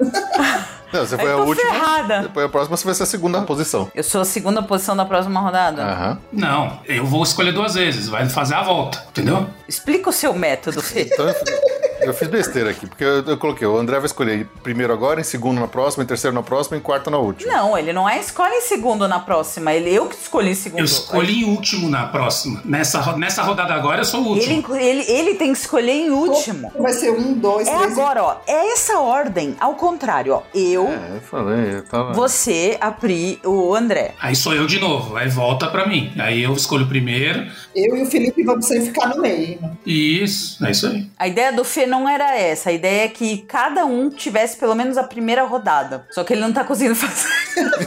[SPEAKER 1] Não, você foi a
[SPEAKER 4] eu tô
[SPEAKER 1] última.
[SPEAKER 4] ferrada.
[SPEAKER 1] Depois a próxima você vai ser a segunda posição.
[SPEAKER 4] Eu sou a segunda posição da próxima rodada.
[SPEAKER 1] Aham.
[SPEAKER 6] Não, eu vou escolher duas vezes, vai fazer a volta, entendeu?
[SPEAKER 4] Explica o seu método, Fê.
[SPEAKER 1] Então eu fiz- eu fiz besteira aqui, porque eu, eu coloquei, o André vai escolher primeiro agora, em segundo na próxima, em terceiro na próxima, em quarto na última.
[SPEAKER 4] Não, ele não é escolhe em segundo na próxima. Ele, eu que escolhi em segundo.
[SPEAKER 6] Eu escolhi em último na próxima. Nessa, ro- nessa rodada agora eu sou o
[SPEAKER 4] Ele,
[SPEAKER 6] último.
[SPEAKER 4] inclu- ele, ele tem que escolher em último.
[SPEAKER 5] Vai ser um, dois,
[SPEAKER 4] É
[SPEAKER 5] três.
[SPEAKER 4] agora, ó. É essa ordem. Ao contrário, ó. Eu,
[SPEAKER 1] É, eu falei, eu tava...
[SPEAKER 4] você, a Pri, o André.
[SPEAKER 6] Aí sou eu de novo, aí volta pra mim. Aí eu escolho primeiro.
[SPEAKER 5] Eu e o Felipe vamos sempre ficar no meio.
[SPEAKER 6] Isso, é isso aí.
[SPEAKER 4] A ideia do Fê não era essa. A ideia é que cada um tivesse pelo menos a primeira rodada. Só que ele não tá conseguindo fazer.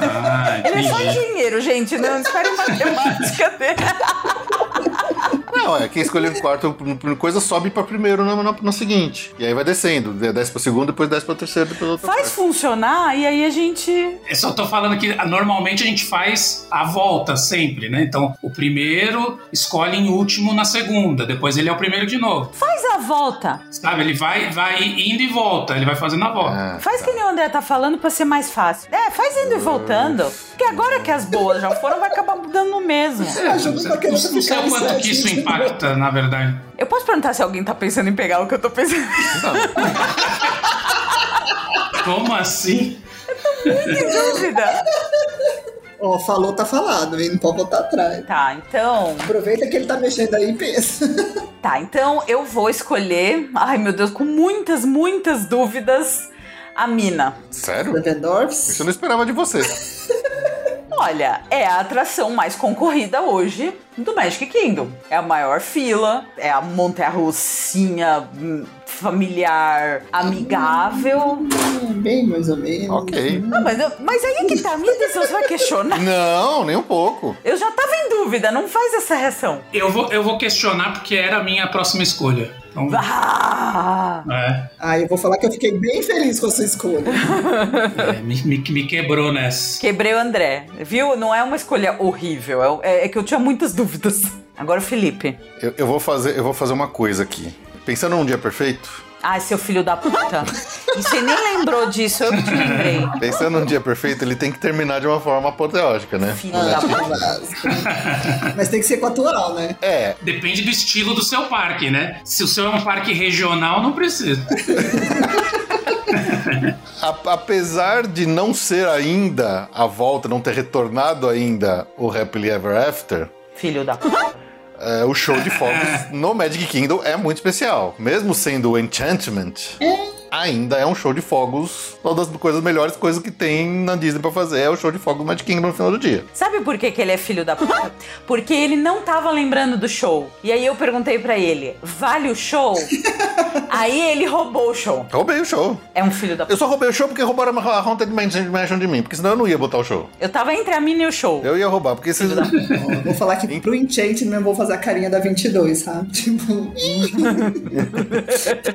[SPEAKER 6] Ah,
[SPEAKER 4] Ele é só
[SPEAKER 6] entendi.
[SPEAKER 4] engenheiro, gente. Não espere matemática dele.
[SPEAKER 1] Não, é, quem escolheu em quarto primeira coisa sobe pra primeiro na, na, na seguinte. E aí vai descendo, de- desce pra segundo, depois desce pra terceiro, depois outra
[SPEAKER 4] Faz funcionar e aí a gente
[SPEAKER 6] Eu É só tô falando que ah, normalmente a gente faz a volta sempre, né? Então o primeiro escolhe em último na segunda, depois ele é o primeiro de novo.
[SPEAKER 4] faz a volta.
[SPEAKER 6] Sabe? Ele vai, vai indo e volta, ele vai fazendo a volta.
[SPEAKER 1] Ah,
[SPEAKER 4] Faz que nem o André tá falando pra ser mais fácil. É, faz indo e voltando. Porque agora que as boas já foram, vai acabar mudando no mesmo.
[SPEAKER 5] A Ju não tá
[SPEAKER 6] Não
[SPEAKER 5] querendo
[SPEAKER 6] sei
[SPEAKER 5] ficar
[SPEAKER 6] o
[SPEAKER 5] no
[SPEAKER 6] quanto que isso
[SPEAKER 5] sétimo.
[SPEAKER 6] impacta, na verdade.
[SPEAKER 4] Eu posso perguntar se alguém tá pensando em pegar o que eu tô pensando?
[SPEAKER 6] Como assim?
[SPEAKER 4] Sem dúvida.
[SPEAKER 5] Ó, falou, tá falado, hein? Não pode voltar atrás.
[SPEAKER 4] Tá, então.
[SPEAKER 5] Aproveita que ele tá mexendo aí e pensa.
[SPEAKER 4] Tá, então eu vou escolher. Ai, meu Deus, com muitas, muitas dúvidas. A mina.
[SPEAKER 1] sério?
[SPEAKER 5] Ludendorffs.
[SPEAKER 1] Isso eu não esperava de você.
[SPEAKER 4] Olha, é a atração mais concorrida hoje do Magic Kingdom. É a maior fila, é a montanha russinha hum, familiar, amigável.
[SPEAKER 5] Hum, Bem, mais ou menos.
[SPEAKER 1] é ok.
[SPEAKER 4] Não, mas, eu- mas aí é que tá, minha atenção, você vai questionar.
[SPEAKER 1] Não, nem um pouco.
[SPEAKER 4] Eu já tava em dúvida, não faz essa reação.
[SPEAKER 6] Eu vou, eu vou questionar porque era a minha próxima escolha. Então,
[SPEAKER 4] Ah,
[SPEAKER 6] é,
[SPEAKER 5] Ah, eu vou falar que eu fiquei bem feliz com a sua escolha.
[SPEAKER 6] é, me, me- me quebrou nessa.
[SPEAKER 4] quebrei o André, viu? Não é uma escolha horrível, é o- é, é que eu tinha muitas dúvidas. Agora o Felipe.
[SPEAKER 1] Eu, eu vou fazer, eu vou fazer uma coisa aqui. Pensando num dia perfeito,
[SPEAKER 4] Ai, seu filho da puta. E você nem lembrou disso, eu que te lembrei.
[SPEAKER 1] Pensando num dia perfeito, ele tem que terminar de uma forma apoteótica, né?
[SPEAKER 4] Filho da puta.
[SPEAKER 5] Tá Mas tem que ser equatorial, né?
[SPEAKER 1] É,
[SPEAKER 6] Depende do estilo do seu parque, né? Se o seu é um parque regional, não precisa.
[SPEAKER 1] a- apesar de não ser ainda a volta, não ter retornado ainda o Happily Ever After,
[SPEAKER 4] Filho da puta.
[SPEAKER 1] é, o show de fogos no Magic Kingdom é muito especial. Mesmo sendo o Enchantment, ainda é um show de fogos. Uma das coisas melhores coisas que tem na Disney pra fazer é o show de fogos do Magic Kingdom no final do dia.
[SPEAKER 4] Sabe por que, que ele é filho da puta? Porque ele não tava lembrando do show. E aí eu perguntei pra ele, vale o show? aí ele roubou o show.
[SPEAKER 1] Roubei o show.
[SPEAKER 4] É um filho da puta.
[SPEAKER 1] Eu só roubei o show porque roubaram a Haunted Mansion de mim, porque senão eu não ia botar o show.
[SPEAKER 4] Eu tava entre a mina e o show.
[SPEAKER 1] Eu ia roubar, porque esses.
[SPEAKER 5] Ó, eu vou falar que pro Enchantment eu vou fazer a carinha da 22, sabe? Tipo,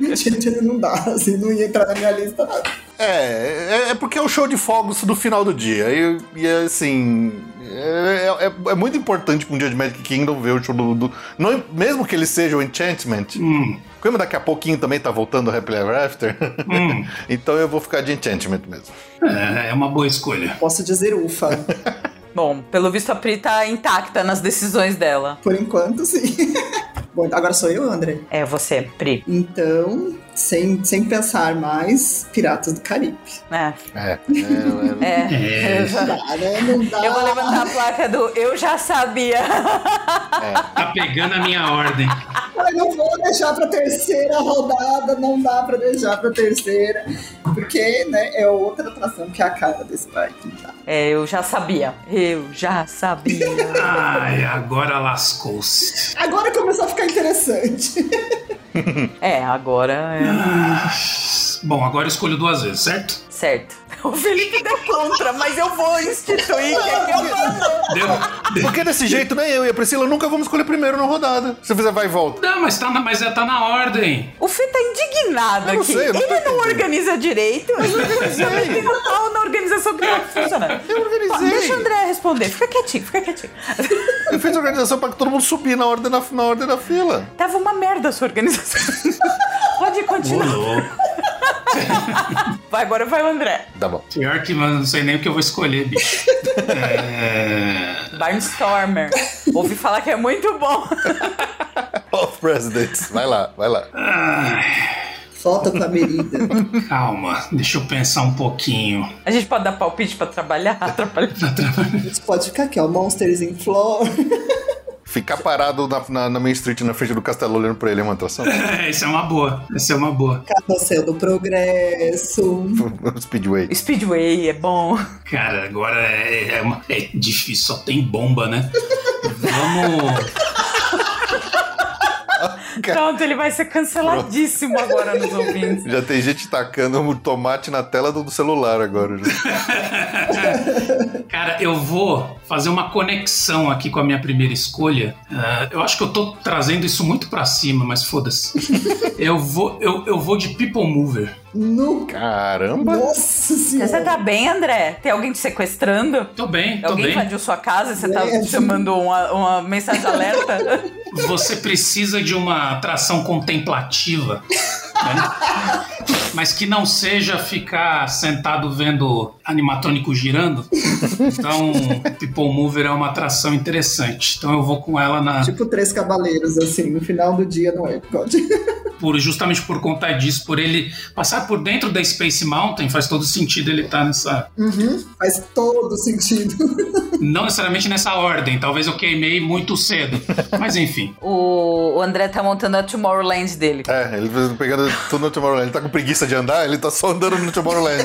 [SPEAKER 5] Enchantment não dá, assim, não ia entrar na minha lista. não.
[SPEAKER 1] É, é, é porque é o show de fogos do final do dia. E, e assim. É, é- é muito importante pra um dia de Magic Kingdom ver o show do. do- não- mesmo que ele seja o Enchantment. Como daqui a pouquinho também tá voltando o Happily Ever After. então eu vou ficar de Enchantment mesmo.
[SPEAKER 6] É, é uma boa escolha.
[SPEAKER 5] Posso dizer ufa.
[SPEAKER 4] Bom, pelo visto a Pri tá intacta nas decisões dela.
[SPEAKER 5] Por enquanto, sim. Bom, então agora sou eu, André.
[SPEAKER 4] É você, Pri.
[SPEAKER 5] Então, sem, sem pensar mais, Piratas do Caribe.
[SPEAKER 4] É.
[SPEAKER 1] É. é, é.
[SPEAKER 4] é. Eu, já-
[SPEAKER 5] Ah, né? Não dá.
[SPEAKER 4] eu vou levantar a placa do Eu já sabia.
[SPEAKER 6] Tá pegando a minha ordem.
[SPEAKER 5] Ai, não vou deixar pra terceira rodada, não dá pra deixar pra terceira. Porque, né, é outra atração que é a cara desse parque. Tá?
[SPEAKER 4] É, eu já sabia. Eu já sabia.
[SPEAKER 6] Ai, agora lascou-se.
[SPEAKER 5] Agora começou a ficar interessante.
[SPEAKER 4] É, agora
[SPEAKER 6] Ah, Bom, agora eu escolho duas vezes, certo?
[SPEAKER 4] é certo. O Felipe deu contra, mas eu vou instituir que é que eu mando.
[SPEAKER 6] Deu.
[SPEAKER 1] Porque desse jeito, nem eu e a Priscila nunca vamos escolher primeiro na rodada. Se fizer vai e volta.
[SPEAKER 6] Não, mas tá na, mas é, tá na ordem.
[SPEAKER 4] O Fê tá indignado
[SPEAKER 1] Eu não
[SPEAKER 4] aqui.
[SPEAKER 1] sei, eu não tô
[SPEAKER 4] ele não
[SPEAKER 1] entendendo.
[SPEAKER 4] organiza direito. Ele não tá na organização que não funciona.
[SPEAKER 1] Eu organizei.
[SPEAKER 4] Deixa o André responder. Fica quietinho, fica quietinho.
[SPEAKER 1] Eu fiz organização pra que todo mundo subir na ordem da, na ordem da fila.
[SPEAKER 4] Tava uma merda a sua organização. Pode
[SPEAKER 6] Ô,
[SPEAKER 4] continuar.
[SPEAKER 6] louco.
[SPEAKER 4] Vai, agora vai o André.
[SPEAKER 1] Tá bom.
[SPEAKER 6] Pior que, mano, não sei nem o que eu vou escolher, bicho. É...
[SPEAKER 4] Barnstormer. Ouvi falar que é muito bom.
[SPEAKER 1] Of Presidents. Vai lá, vai lá.
[SPEAKER 5] Falta com a merida.
[SPEAKER 6] Calma, deixa eu pensar um pouquinho.
[SPEAKER 4] A gente pode dar palpite pra trabalhar, atrapalhar.
[SPEAKER 5] Isso pode ficar aqui, ó. Monsters in Flor.
[SPEAKER 1] Ficar parado na, na, na Main Street, na frente do castelo, olhando pra ele é uma atração?
[SPEAKER 6] É, isso é uma boa. Essa é uma boa.
[SPEAKER 5] Carrossel do Progresso.
[SPEAKER 1] Um Speedway.
[SPEAKER 4] Speedway é bom.
[SPEAKER 6] Cara, agora é, é uma- é difícil, só tem bomba, né? Vamos.
[SPEAKER 4] Pronto, ele vai ser canceladíssimo agora nos ouvintes.
[SPEAKER 1] Já tem gente tacando um tomate na tela do do celular agora.
[SPEAKER 6] Cara, eu vou fazer uma conexão aqui com a minha primeira escolha. Ah, eu acho que eu tô trazendo isso muito pra cima, mas foda-se. eu, vou, eu, eu vou de People Mover.
[SPEAKER 5] No...
[SPEAKER 1] Caramba!
[SPEAKER 5] Nossa
[SPEAKER 4] Você
[SPEAKER 5] senhora.
[SPEAKER 4] tá bem, André? Tem alguém te sequestrando?
[SPEAKER 6] Tô bem, tô
[SPEAKER 4] Alguém
[SPEAKER 6] bem. É.
[SPEAKER 4] invadiu sua casa e você tá
[SPEAKER 5] Leve.
[SPEAKER 4] chamando uma, uma mensagem alerta?
[SPEAKER 6] Você precisa de uma atração contemplativa, né? mas que não seja ficar sentado vendo animatrônico girando. Então, People Mover é uma atração interessante. Então, eu vou com ela na,
[SPEAKER 5] Tipo Três Cavaleiros, assim, no final do dia no Epcot.
[SPEAKER 6] por justamente por conta disso, por ele passar por dentro da Space Mountain, faz todo sentido ele estar nessa.
[SPEAKER 5] Faz todo sentido.
[SPEAKER 6] Não necessariamente nessa ordem, talvez eu queimei muito cedo. Mas enfim.
[SPEAKER 4] o, o André tá montando a Tomorrowland dele.
[SPEAKER 1] É, ele fez- pegando tudo no Tomorrowland. Ele tá com preguiça de andar, ele tá só andando no Tomorrowland.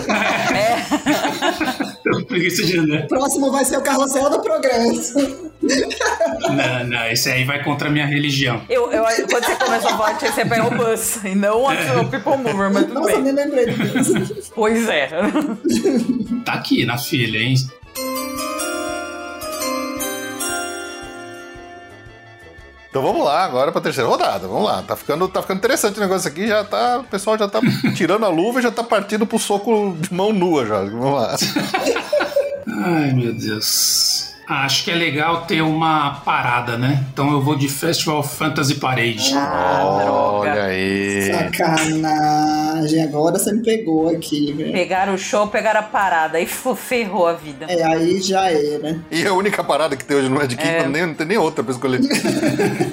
[SPEAKER 6] Eu preguiça de andar.
[SPEAKER 5] Próximo vai ser o Carrossel do Progresso.
[SPEAKER 6] Não, não, esse aí vai contra a minha religião.
[SPEAKER 4] Eu, eu, quando você começou a votar, você pegou o bus e não a, o People Mover, mas tudo
[SPEAKER 5] Nossa,
[SPEAKER 4] bem.
[SPEAKER 5] nem lembrei disso.
[SPEAKER 4] Pois é.
[SPEAKER 6] Tá aqui na filha, hein?
[SPEAKER 1] Então vamos lá, agora pra terceira rodada. Vamos lá. Tá ficando, tá ficando interessante o negócio aqui. Já tá, o pessoal já tá tirando a luva e já tá partindo pro soco de mão nua já. Vamos lá.
[SPEAKER 6] Ai, meu Deus. Acho que é legal ter uma parada, né? Então eu vou de Festival Fantasy Parade.
[SPEAKER 4] Ah, droga.
[SPEAKER 1] Olha aí.
[SPEAKER 4] É.
[SPEAKER 5] Sacanagem, agora você me pegou aqui, velho.
[SPEAKER 4] Pegaram o show, pegaram a parada e fu- ferrou a vida.
[SPEAKER 5] É, aí já era.
[SPEAKER 1] E a única parada que tem hoje não é de quinta, nem, não tem nem outra pra escolher.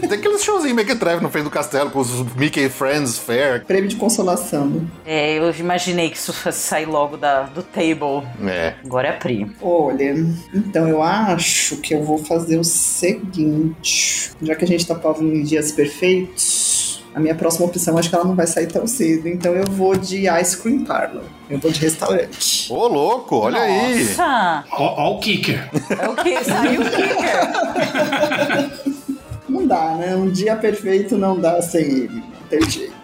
[SPEAKER 1] tem aqueles showzinhos meio que treve no frente do castelo com os Mickey Friends Fair.
[SPEAKER 5] Prêmio de consolação.
[SPEAKER 4] É, eu imaginei que isso fosse sair logo da, do table.
[SPEAKER 1] É.
[SPEAKER 4] Agora é a Pri.
[SPEAKER 5] Olha, então eu acho que eu vou fazer o seguinte. Já que a gente tá falando em dias perfeitos, a minha próxima opção acho que ela não vai sair tão cedo. Então eu vou de ice cream parlor. Eu vou de restaurante.
[SPEAKER 1] Ô, louco, olha aí.
[SPEAKER 4] Nossa!
[SPEAKER 6] Ó, ó o kicker.
[SPEAKER 4] É o que? Saiu o kicker.
[SPEAKER 5] Não dá, né? Um dia perfeito não dá sem ele. Não tem jeito.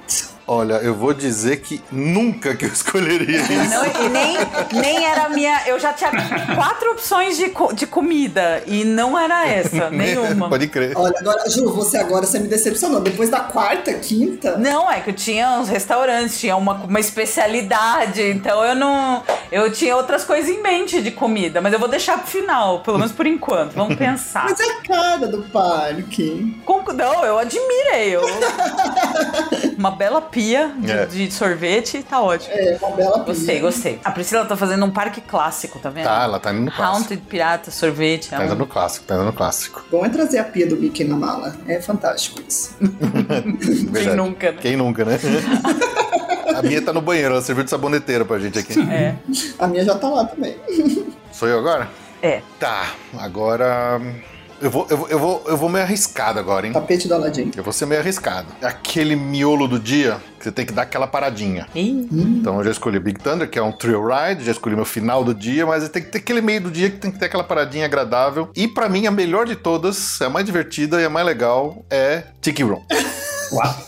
[SPEAKER 1] Olha, eu vou dizer que nunca que eu escolheria isso.
[SPEAKER 4] Não, e nem, nem era a minha. Eu já tinha quatro opções de, co- de comida e não era essa, nenhuma.
[SPEAKER 1] Pode crer.
[SPEAKER 5] Olha, agora, Ju, você agora você me decepcionou. Depois da quarta, quinta. né?
[SPEAKER 4] Não, é que eu tinha uns restaurantes, tinha uma, uma especialidade, então eu não. Eu tinha outras coisas em mente de comida, mas eu vou deixar pro final, pelo menos por enquanto. Vamos pensar.
[SPEAKER 5] Mas é a cara do parque.
[SPEAKER 4] Concu- Não, eu admirei. Eu... Uma bela pia de,
[SPEAKER 1] É.
[SPEAKER 4] de sorvete, tá ótimo.
[SPEAKER 5] É uma bela pia.
[SPEAKER 4] Gostei, gostei. A Priscila tá fazendo um parque clássico, tá vendo?
[SPEAKER 1] Tá, ela tá indo no clássico.
[SPEAKER 4] Haunted Pirata, sorvete. é
[SPEAKER 1] Tá indo
[SPEAKER 4] um-
[SPEAKER 1] no clássico, tá indo no clássico.
[SPEAKER 5] Bom é trazer a pia do Mickey na mala. É fantástico isso.
[SPEAKER 1] Verdade.
[SPEAKER 4] nunca, né?
[SPEAKER 1] Quem nunca, né? A minha tá no banheiro, ela serviu de saboneteira pra gente aqui.
[SPEAKER 4] É.
[SPEAKER 5] A minha já tá lá também.
[SPEAKER 1] Sou eu agora?
[SPEAKER 4] É.
[SPEAKER 1] Tá, agora. hum, Eu vou, eu, vou- eu, vou, eu vou meio arriscado agora, hein?
[SPEAKER 5] Tapete do Aladim.
[SPEAKER 1] Eu vou ser meio arriscado. É Aquele miolo do dia que você tem que dar aquela paradinha.
[SPEAKER 4] Ih,
[SPEAKER 1] Então eu já escolhi Big Thunder, que é um thrill ride, já escolhi meu final do dia, mas tem que ter aquele meio do dia que tem que ter aquela paradinha agradável. E pra mim, a melhor de todas, a mais divertida e a mais legal é Tiki Room.
[SPEAKER 6] What,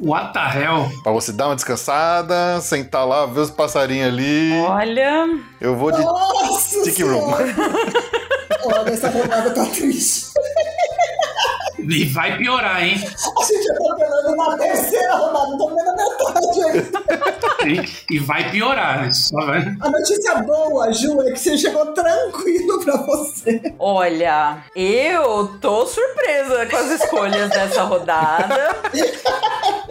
[SPEAKER 6] what the hell?
[SPEAKER 1] Pra você dar uma descansada, sentar lá, ver os passarinhos ali.
[SPEAKER 4] Olha,
[SPEAKER 1] Eu vou de
[SPEAKER 5] Nossa
[SPEAKER 1] Tiki Room.
[SPEAKER 5] Senhora! Olha, essa rodada tá triste.
[SPEAKER 6] E vai piorar, hein?
[SPEAKER 5] A gente já tá pelando na terceira rodada, tô vendo a metade aí.
[SPEAKER 6] E, e vai piorar. né? Só vai.
[SPEAKER 5] A notícia boa, Ju, é que você chegou tranquilo pra você.
[SPEAKER 4] olha. Eu tô surpresa com as escolhas dessa rodada.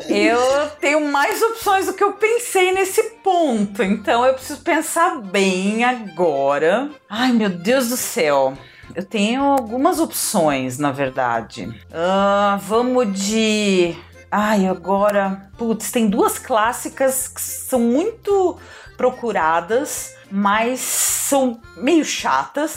[SPEAKER 4] Eu tenho mais opções do que eu pensei nesse ponto, então eu preciso pensar bem agora. Ai, meu Deus do céu. Eu tenho algumas opções, na verdade. Ah, vamos de. Ai, agora. Putz, tem duas clássicas que são muito procuradas, mas são meio chatas,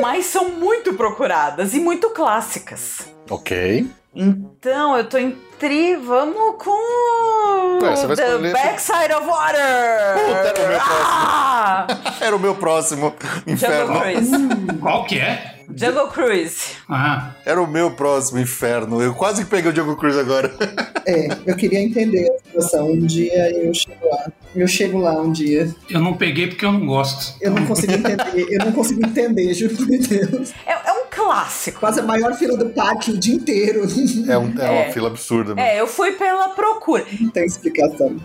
[SPEAKER 4] mas são muito procuradas e muito clássicas.
[SPEAKER 1] Ok.
[SPEAKER 4] Então, eu tô entre. Vamos com.
[SPEAKER 1] Ué, você vai
[SPEAKER 4] The
[SPEAKER 1] escolher-
[SPEAKER 4] Backside of Water!
[SPEAKER 1] Puta, era o meu próximo.
[SPEAKER 4] ah!
[SPEAKER 1] Era o meu próximo
[SPEAKER 4] Jungle
[SPEAKER 1] inferno.
[SPEAKER 4] Cruise.
[SPEAKER 6] Qual que é?
[SPEAKER 4] Jungle Cruise.
[SPEAKER 6] Ah,
[SPEAKER 1] Era o meu próximo inferno. Eu quase que peguei o Diogo Cruz agora.
[SPEAKER 5] É, eu queria entender a situação. Um dia eu chego lá. Eu chego lá um dia.
[SPEAKER 6] eu não peguei porque eu não gosto.
[SPEAKER 5] Eu não consigo entender. Eu não consigo entender, juro por Deus.
[SPEAKER 4] É, é um clássico.
[SPEAKER 5] Quase a maior fila do parque o dia inteiro.
[SPEAKER 1] É, um- é uma
[SPEAKER 4] É.
[SPEAKER 1] fila absurda. mano.
[SPEAKER 4] É, eu fui pela procura.
[SPEAKER 5] Não tem explicação.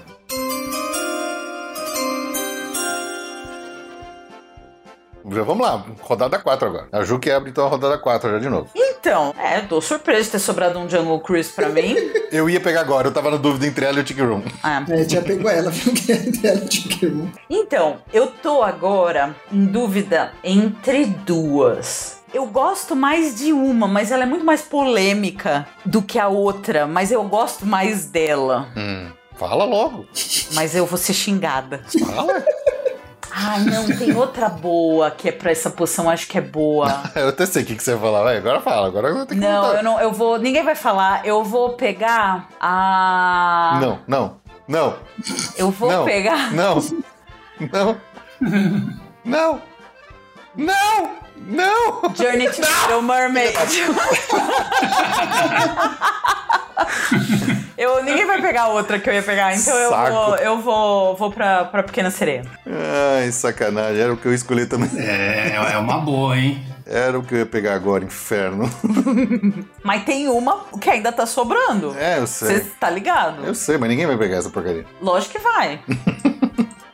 [SPEAKER 1] Já Vamos lá, rodada 4 agora. A Ju que abre então a rodada 4 já de novo.
[SPEAKER 4] Então, é, eu tô surpresa de ter sobrado um Jungle Cruise pra mim.
[SPEAKER 1] Eu ia pegar agora, eu tava na dúvida entre ela e o Tick Room.
[SPEAKER 4] Ah.
[SPEAKER 5] É, tinha pego ela, porque ela tinha que ir.
[SPEAKER 4] Então, eu tô agora em dúvida entre duas. Eu gosto mais de uma, mas ela é muito mais polêmica do que a outra. Mas eu gosto mais dela.
[SPEAKER 1] Hum. Fala logo.
[SPEAKER 4] Mas eu vou ser xingada.
[SPEAKER 1] Fala.
[SPEAKER 4] Ah, não, tem outra boa que é pra essa poção, acho que é boa.
[SPEAKER 1] eu até sei o que, que você vai falar. Vai, agora fala. Agora eu tenho que
[SPEAKER 4] Não,
[SPEAKER 1] contar.
[SPEAKER 4] eu não, eu vou. Ninguém vai falar. Eu vou pegar a.
[SPEAKER 1] Não, não. Não.
[SPEAKER 4] Eu vou
[SPEAKER 1] não.
[SPEAKER 4] pegar.
[SPEAKER 1] Não. Não. Não. Não. Não.
[SPEAKER 4] Journey to Little Mermaid. eu, ninguém vai pegar a outra que eu ia pegar, então eu
[SPEAKER 1] Saco.
[SPEAKER 4] vou, eu vou, vou pra, pra Pequena Sereia.
[SPEAKER 1] Ai, sacanagem. Era o que eu escolhi também.
[SPEAKER 6] É, é uma boa, hein?
[SPEAKER 1] Era o que eu ia pegar agora, inferno.
[SPEAKER 4] Mas tem uma que ainda tá sobrando.
[SPEAKER 1] É, eu sei.
[SPEAKER 4] Você tá ligado?
[SPEAKER 1] Eu sei, mas ninguém vai pegar essa porcaria.
[SPEAKER 4] Lógico que vai.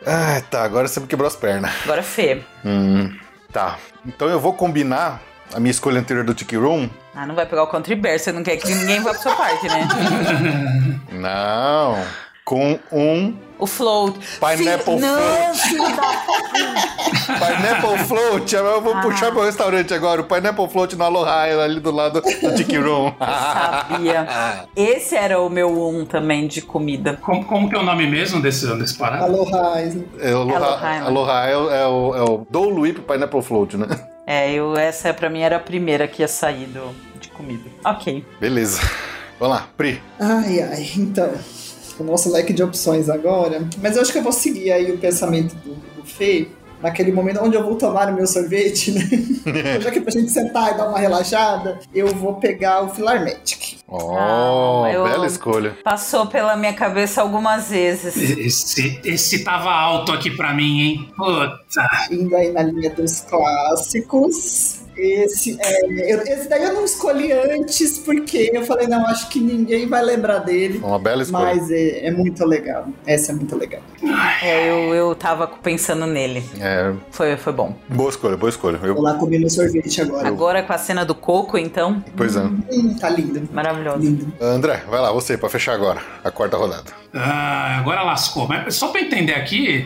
[SPEAKER 1] Ah, tá. Agora você me quebrou as pernas.
[SPEAKER 4] Agora, Fê.
[SPEAKER 1] Hum, tá. Então eu vou combinar a minha escolha anterior do Tiki Room.
[SPEAKER 4] Ah, não vai pegar o Country Bear, você não quer que ninguém vá pro seu parque, né?
[SPEAKER 1] Não. Com um
[SPEAKER 4] O Float.
[SPEAKER 1] Pineapple
[SPEAKER 4] Fi- não,
[SPEAKER 1] Float.
[SPEAKER 4] filho da...
[SPEAKER 1] Pineapple Float. Eu
[SPEAKER 5] Ah.
[SPEAKER 1] vou puxar meu restaurante agora. O Pineapple Float na Aloha Island, ali do lado do Tiki Room.
[SPEAKER 4] Sabia. Esse era o meu um também de comida.
[SPEAKER 6] Como, como que é o nome mesmo desse, desse parada?
[SPEAKER 5] Aloha. Isla.
[SPEAKER 1] É, Aloha,
[SPEAKER 4] Island.
[SPEAKER 1] Aloha é, o- é o, é o Dole Whip Pineapple Float, né?
[SPEAKER 4] É, eu, essa pra mim era a primeira que ia sair do, de comida. Ok.
[SPEAKER 1] Beleza. Vamos lá, Pri.
[SPEAKER 5] Ai, ai, então. O nosso leque de opções agora. Mas eu acho que eu vou seguir aí o pensamento do, do Fê, naquele momento onde eu vou tomar o meu sorvete, né? Já que é pra gente sentar e dar uma relaxada, eu vou pegar o Filarmatic. Ah,
[SPEAKER 1] Oh,
[SPEAKER 4] eu-
[SPEAKER 1] bela escolha.
[SPEAKER 4] Passou pela minha cabeça algumas vezes.
[SPEAKER 6] Esse, esse tava alto aqui pra mim, hein? Puta.
[SPEAKER 5] Indo aí na linha dos clássicos. Esse, é, eu- esse daí eu não escolhi antes, porque eu falei, não, acho que ninguém vai lembrar dele.
[SPEAKER 1] Uma bela escolha.
[SPEAKER 5] Mas é, é muito legal. Essa é muito legal.
[SPEAKER 4] É, eu, eu tava pensando nele.
[SPEAKER 1] É,
[SPEAKER 4] Foi, foi bom.
[SPEAKER 1] boa escolha, boa escolha.
[SPEAKER 5] Vou
[SPEAKER 1] Eu,
[SPEAKER 5] lá comer meu sorvete agora.
[SPEAKER 4] Agora com a cena do coco, então,
[SPEAKER 1] pois é.
[SPEAKER 5] Hum, tá lindo.
[SPEAKER 4] maravilhoso.
[SPEAKER 5] Lindo.
[SPEAKER 1] André, vai lá, você, pra fechar agora a quarta rodada.
[SPEAKER 6] Ah, agora lascou. Mas só pra entender aqui,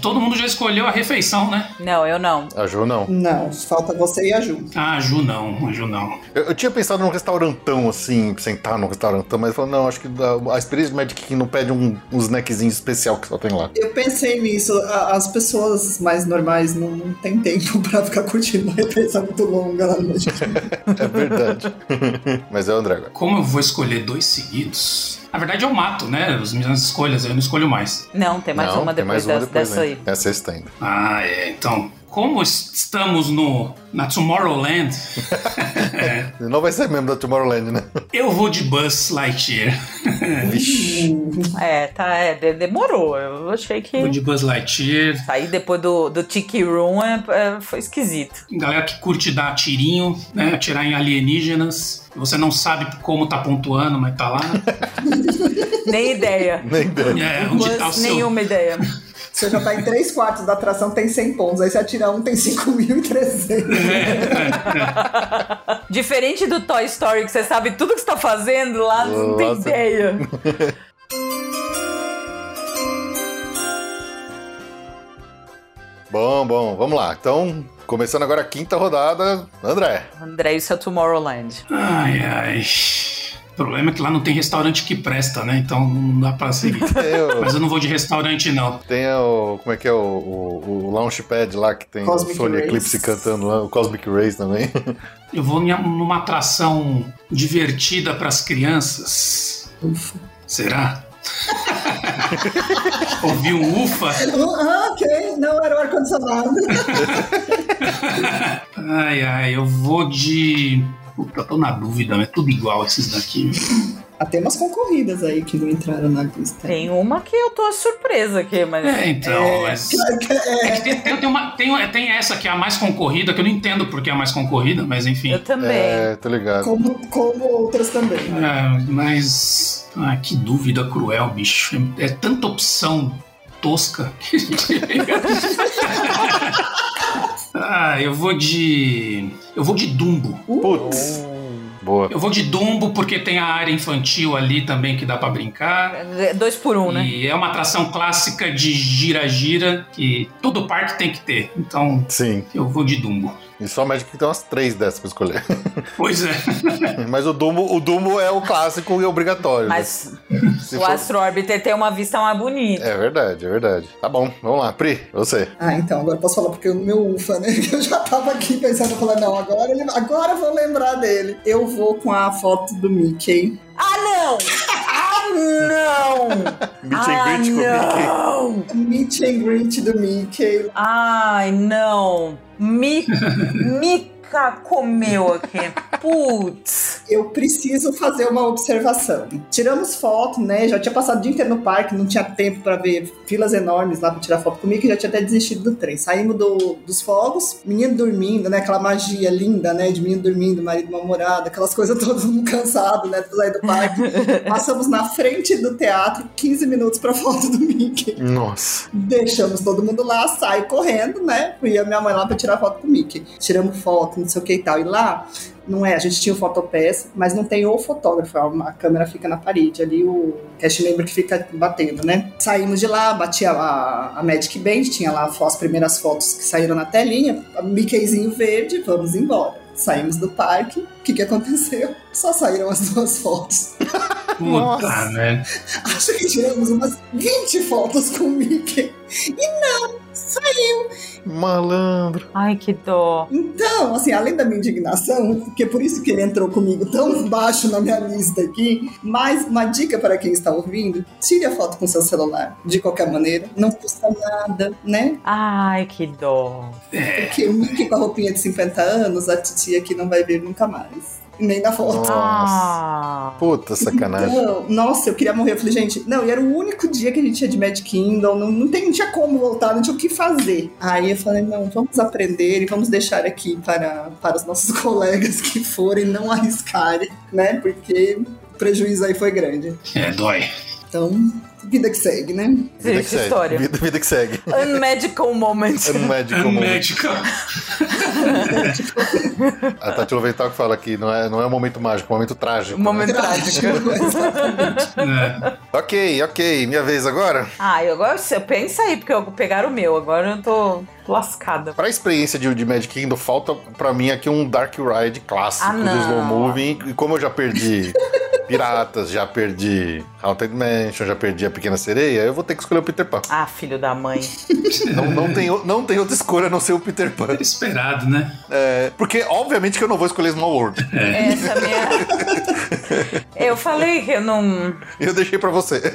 [SPEAKER 6] todo mundo já escolheu a refeição, né?
[SPEAKER 4] Não, eu não.
[SPEAKER 1] A Ju, não.
[SPEAKER 5] Não, falta você e a Ju.
[SPEAKER 6] Ah, Ju não, Ju não.
[SPEAKER 1] Eu, eu tinha pensado num restaurantão, assim, sentar num restaurantão, mas eu falei, não, acho que a, a experiência do Magic King não pede um, um snackzinho especial que só tem lá.
[SPEAKER 5] Eu pensei nisso, a- as pessoas mais normais não, não têm tempo pra ficar curtindo uma refeição muito longa lá no
[SPEAKER 1] É verdade. mas é o André agora.
[SPEAKER 6] Como eu vou escolher dois seguidos? Na verdade, eu mato, né? As minhas escolhas, eu não escolho mais.
[SPEAKER 4] Não, tem mais
[SPEAKER 1] Não,
[SPEAKER 4] uma
[SPEAKER 1] tem
[SPEAKER 4] depois,
[SPEAKER 1] mais uma
[SPEAKER 4] das-
[SPEAKER 1] depois
[SPEAKER 4] dessa
[SPEAKER 1] ainda.
[SPEAKER 4] aí.
[SPEAKER 1] Essa é sexta ainda.
[SPEAKER 6] Ah, é. Então, como es- estamos no na Tomorrowland,
[SPEAKER 1] Não vai ser membro da Tomorrowland, né?
[SPEAKER 6] eu vou de Buzz Lightyear.
[SPEAKER 1] Vixe.
[SPEAKER 4] É, tá, é, de- demorou. Eu achei que.
[SPEAKER 6] Vou de Buzz Lightyear.
[SPEAKER 4] Sair depois do, do Tiki Room é- é- foi esquisito.
[SPEAKER 6] Galera que curte dar tirinho, né? Atirar em alienígenas. Você não sabe como tá pontuando, mas tá lá.
[SPEAKER 4] Nem ideia.
[SPEAKER 1] Nem ideia.
[SPEAKER 6] É, onde tá o
[SPEAKER 4] Mas
[SPEAKER 6] seu...
[SPEAKER 4] nenhuma ideia.
[SPEAKER 5] Você já tá em 3 quartos da atração, tem 100 pontos. Aí você atira um, tem 5.300.
[SPEAKER 6] É,
[SPEAKER 4] Diferente do Toy Story, que você sabe tudo que você tá fazendo lá, não tem
[SPEAKER 1] Nossa.
[SPEAKER 4] ideia.
[SPEAKER 1] Bom, bom, vamos lá. Então, começando agora a quinta rodada, André.
[SPEAKER 4] André, isso é Tomorrowland.
[SPEAKER 6] Ai, ai. O problema é que lá não tem restaurante que presta, né? Então não dá pra seguir.
[SPEAKER 1] Tem o,
[SPEAKER 6] Mas eu não vou de restaurante, não.
[SPEAKER 1] tem o- como é que é o, o, o Launchpad lá que tem
[SPEAKER 5] Cosmic
[SPEAKER 1] o Sony
[SPEAKER 5] Race.
[SPEAKER 1] Eclipse cantando lá, o Cosmic Race também.
[SPEAKER 6] Eu vou em- numa atração divertida pras crianças. Será? Ouvi um ufa?
[SPEAKER 5] ah, ok, não era o ar-condicionado.
[SPEAKER 6] Ai, ai, eu vou de. Puta, tô na dúvida, é tudo igual esses daqui.
[SPEAKER 5] Ah, tem umas concorridas aí que não entraram na lista.
[SPEAKER 4] Tem uma que eu tô surpresa aqui, mas.
[SPEAKER 6] É, então, mas. É que tem, tem- tem uma, tem, tem essa que é a mais concorrida, que eu não entendo porque é a mais concorrida, mas enfim.
[SPEAKER 4] Eu também.
[SPEAKER 1] É, tô ligado.
[SPEAKER 5] Como, como outras também. né?
[SPEAKER 6] É, mas. Ah, que dúvida cruel, bicho. É, é tanta opção tosca. ah, eu vou de. Eu vou de Dumbo.
[SPEAKER 1] Putz. Boa.
[SPEAKER 6] Eu vou de Dumbo porque tem a área infantil ali também que dá pra brincar.
[SPEAKER 4] É Dois por um, né?
[SPEAKER 6] E é uma atração clássica de gira-gira que todo parque tem que ter. Então
[SPEAKER 1] Sim,
[SPEAKER 6] eu vou de Dumbo.
[SPEAKER 1] e só Magic Kingdom tem umas três dessas pra escolher.
[SPEAKER 6] Pois é.
[SPEAKER 1] Mas o Dumbo, o Dumbo é o clássico e obrigatório. né?
[SPEAKER 4] Mas
[SPEAKER 1] Se
[SPEAKER 4] o
[SPEAKER 1] for-
[SPEAKER 4] Astro Orbiter tem uma vista mais bonita.
[SPEAKER 1] É verdade, é verdade. Tá bom, vamos lá. Pri, você.
[SPEAKER 5] Ah, então, agora eu posso falar porque o meu ufa, né? Eu já tava aqui pensando, falar, não, agora, ele- agora eu vou lembrar dele. Eu vou com a foto do Mickey.
[SPEAKER 1] É.
[SPEAKER 4] Ah, não! Ah, não! ah, não!
[SPEAKER 5] Meet and greet do Mickey.
[SPEAKER 4] Ai, não! Mi... Mica comeu aqui. Putz!
[SPEAKER 5] eu preciso fazer uma observação. Tiramos foto, né? Já tinha passado o dia inteiro no parque, não tinha tempo pra ver filas enormes lá pra tirar foto comigo, já tinha até desistido do trem. Saímos do- dos fogos, menino dormindo, né? Aquela magia linda, né? De menino dormindo, marido namorado, aquelas coisas todas mundo cansado, né? Tudo aí do parque. Passamos na frente do teatro, 15 minutos pra foto do Mickey.
[SPEAKER 1] Nossa.
[SPEAKER 5] Deixamos todo mundo lá, saio correndo, né? Fui a minha mãe lá pra tirar foto com o Mickey. Tiramos foto, não sei o que e tal. E lá não é, a gente tinha o Photopass, mas não tem o fotógrafo, a, a câmera fica na parede, ali o cast member que fica batendo, né? Saímos de lá, batia a, a Magic Band, tinha lá as primeiras fotos que saíram na telinha, Mickeyzinho verde, vamos embora. Saímos do parque, o que, que aconteceu? Só saíram as duas fotos.
[SPEAKER 6] Puta, né?
[SPEAKER 5] Acho que tiramos umas 20 fotos com o Mickey. E não, saiu.
[SPEAKER 1] Malandro.
[SPEAKER 4] Ai, que dó.
[SPEAKER 5] Então, assim, além da minha indignação, porque é por isso que ele entrou comigo tão baixo na minha lista aqui, mas uma dica para quem está ouvindo: tire a foto com seu celular, de qualquer maneira, não custa nada, né?
[SPEAKER 4] Ai, que dó.
[SPEAKER 5] Porque o Mickey com a roupinha de 50 anos, a titia aqui não vai ver nunca mais. Nem na foto.
[SPEAKER 4] Ah.
[SPEAKER 1] Puta sacanagem.
[SPEAKER 5] Não, nossa, eu queria morrer. Eu falei, gente, não, e era o único dia que a gente ia de Magic Kingdom, não, não, tem, não tinha como voltar, não tinha o que fazer. Aí eu falei, não, vamos aprender e vamos deixar aqui para, para os nossos colegas que forem não arriscarem, né? Porque o prejuízo aí foi grande.
[SPEAKER 6] É, dói.
[SPEAKER 5] Então, vida que segue, né?
[SPEAKER 1] Vida que
[SPEAKER 4] Triste
[SPEAKER 1] segue.
[SPEAKER 4] história.
[SPEAKER 1] Vida, vida que segue.
[SPEAKER 4] Unmedical moment.
[SPEAKER 1] É um médico.
[SPEAKER 6] É
[SPEAKER 1] um-
[SPEAKER 6] médica.
[SPEAKER 1] A Tati Loventaco fala que não é, não é um momento mágico, é um momento trágico. né?
[SPEAKER 4] Momento trágico.
[SPEAKER 6] É.
[SPEAKER 1] Ok, ok. Minha vez agora.
[SPEAKER 4] Ai, Ah, agora você pensa aí, porque eu pegaram o meu, agora eu tô lascada.
[SPEAKER 1] Pra experiência de, de Magic Kingdom, falta pra mim aqui um Dark Ride clássico
[SPEAKER 4] Ah, não.
[SPEAKER 1] do Slow Moving. E como eu já perdi Piratas, já perdi Haunted Mansion, já perdi a Pequena Sereia, eu vou ter que escolher o Peter Pan.
[SPEAKER 4] Ah, filho da mãe.
[SPEAKER 1] Não, não, tem, o- não tem outra escolha a não ser o Peter Pan.
[SPEAKER 6] Esperado, né?
[SPEAKER 1] É, porque, obviamente, que eu não vou escolher Small World.
[SPEAKER 4] Essa é a minha. Eu falei que eu não.
[SPEAKER 1] Eu deixei pra você.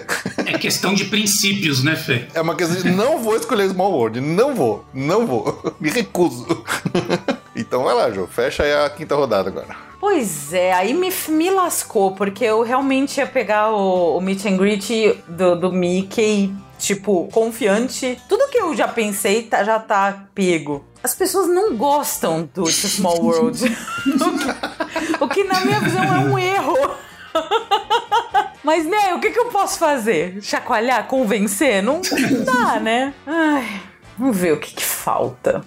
[SPEAKER 6] É questão de princípios, né, Fê?
[SPEAKER 1] É uma questão de não vou escolher Small World. Não vou. Não vou. Me recuso. Então vai lá, Jô. Fecha aí a quinta rodada agora.
[SPEAKER 4] Pois é, aí me, me lascou, porque eu realmente ia pegar o, o meet and greet do, do Mickey, tipo, confiante. Tudo que eu já pensei tá- já tá pego. As pessoas não gostam do It's a Small World. o que, na minha visão, é um erro. Mas, né, o que, que eu posso fazer? Chacoalhar? Convencer? Não não dá, né? Ai, vamos ver o que, que falta.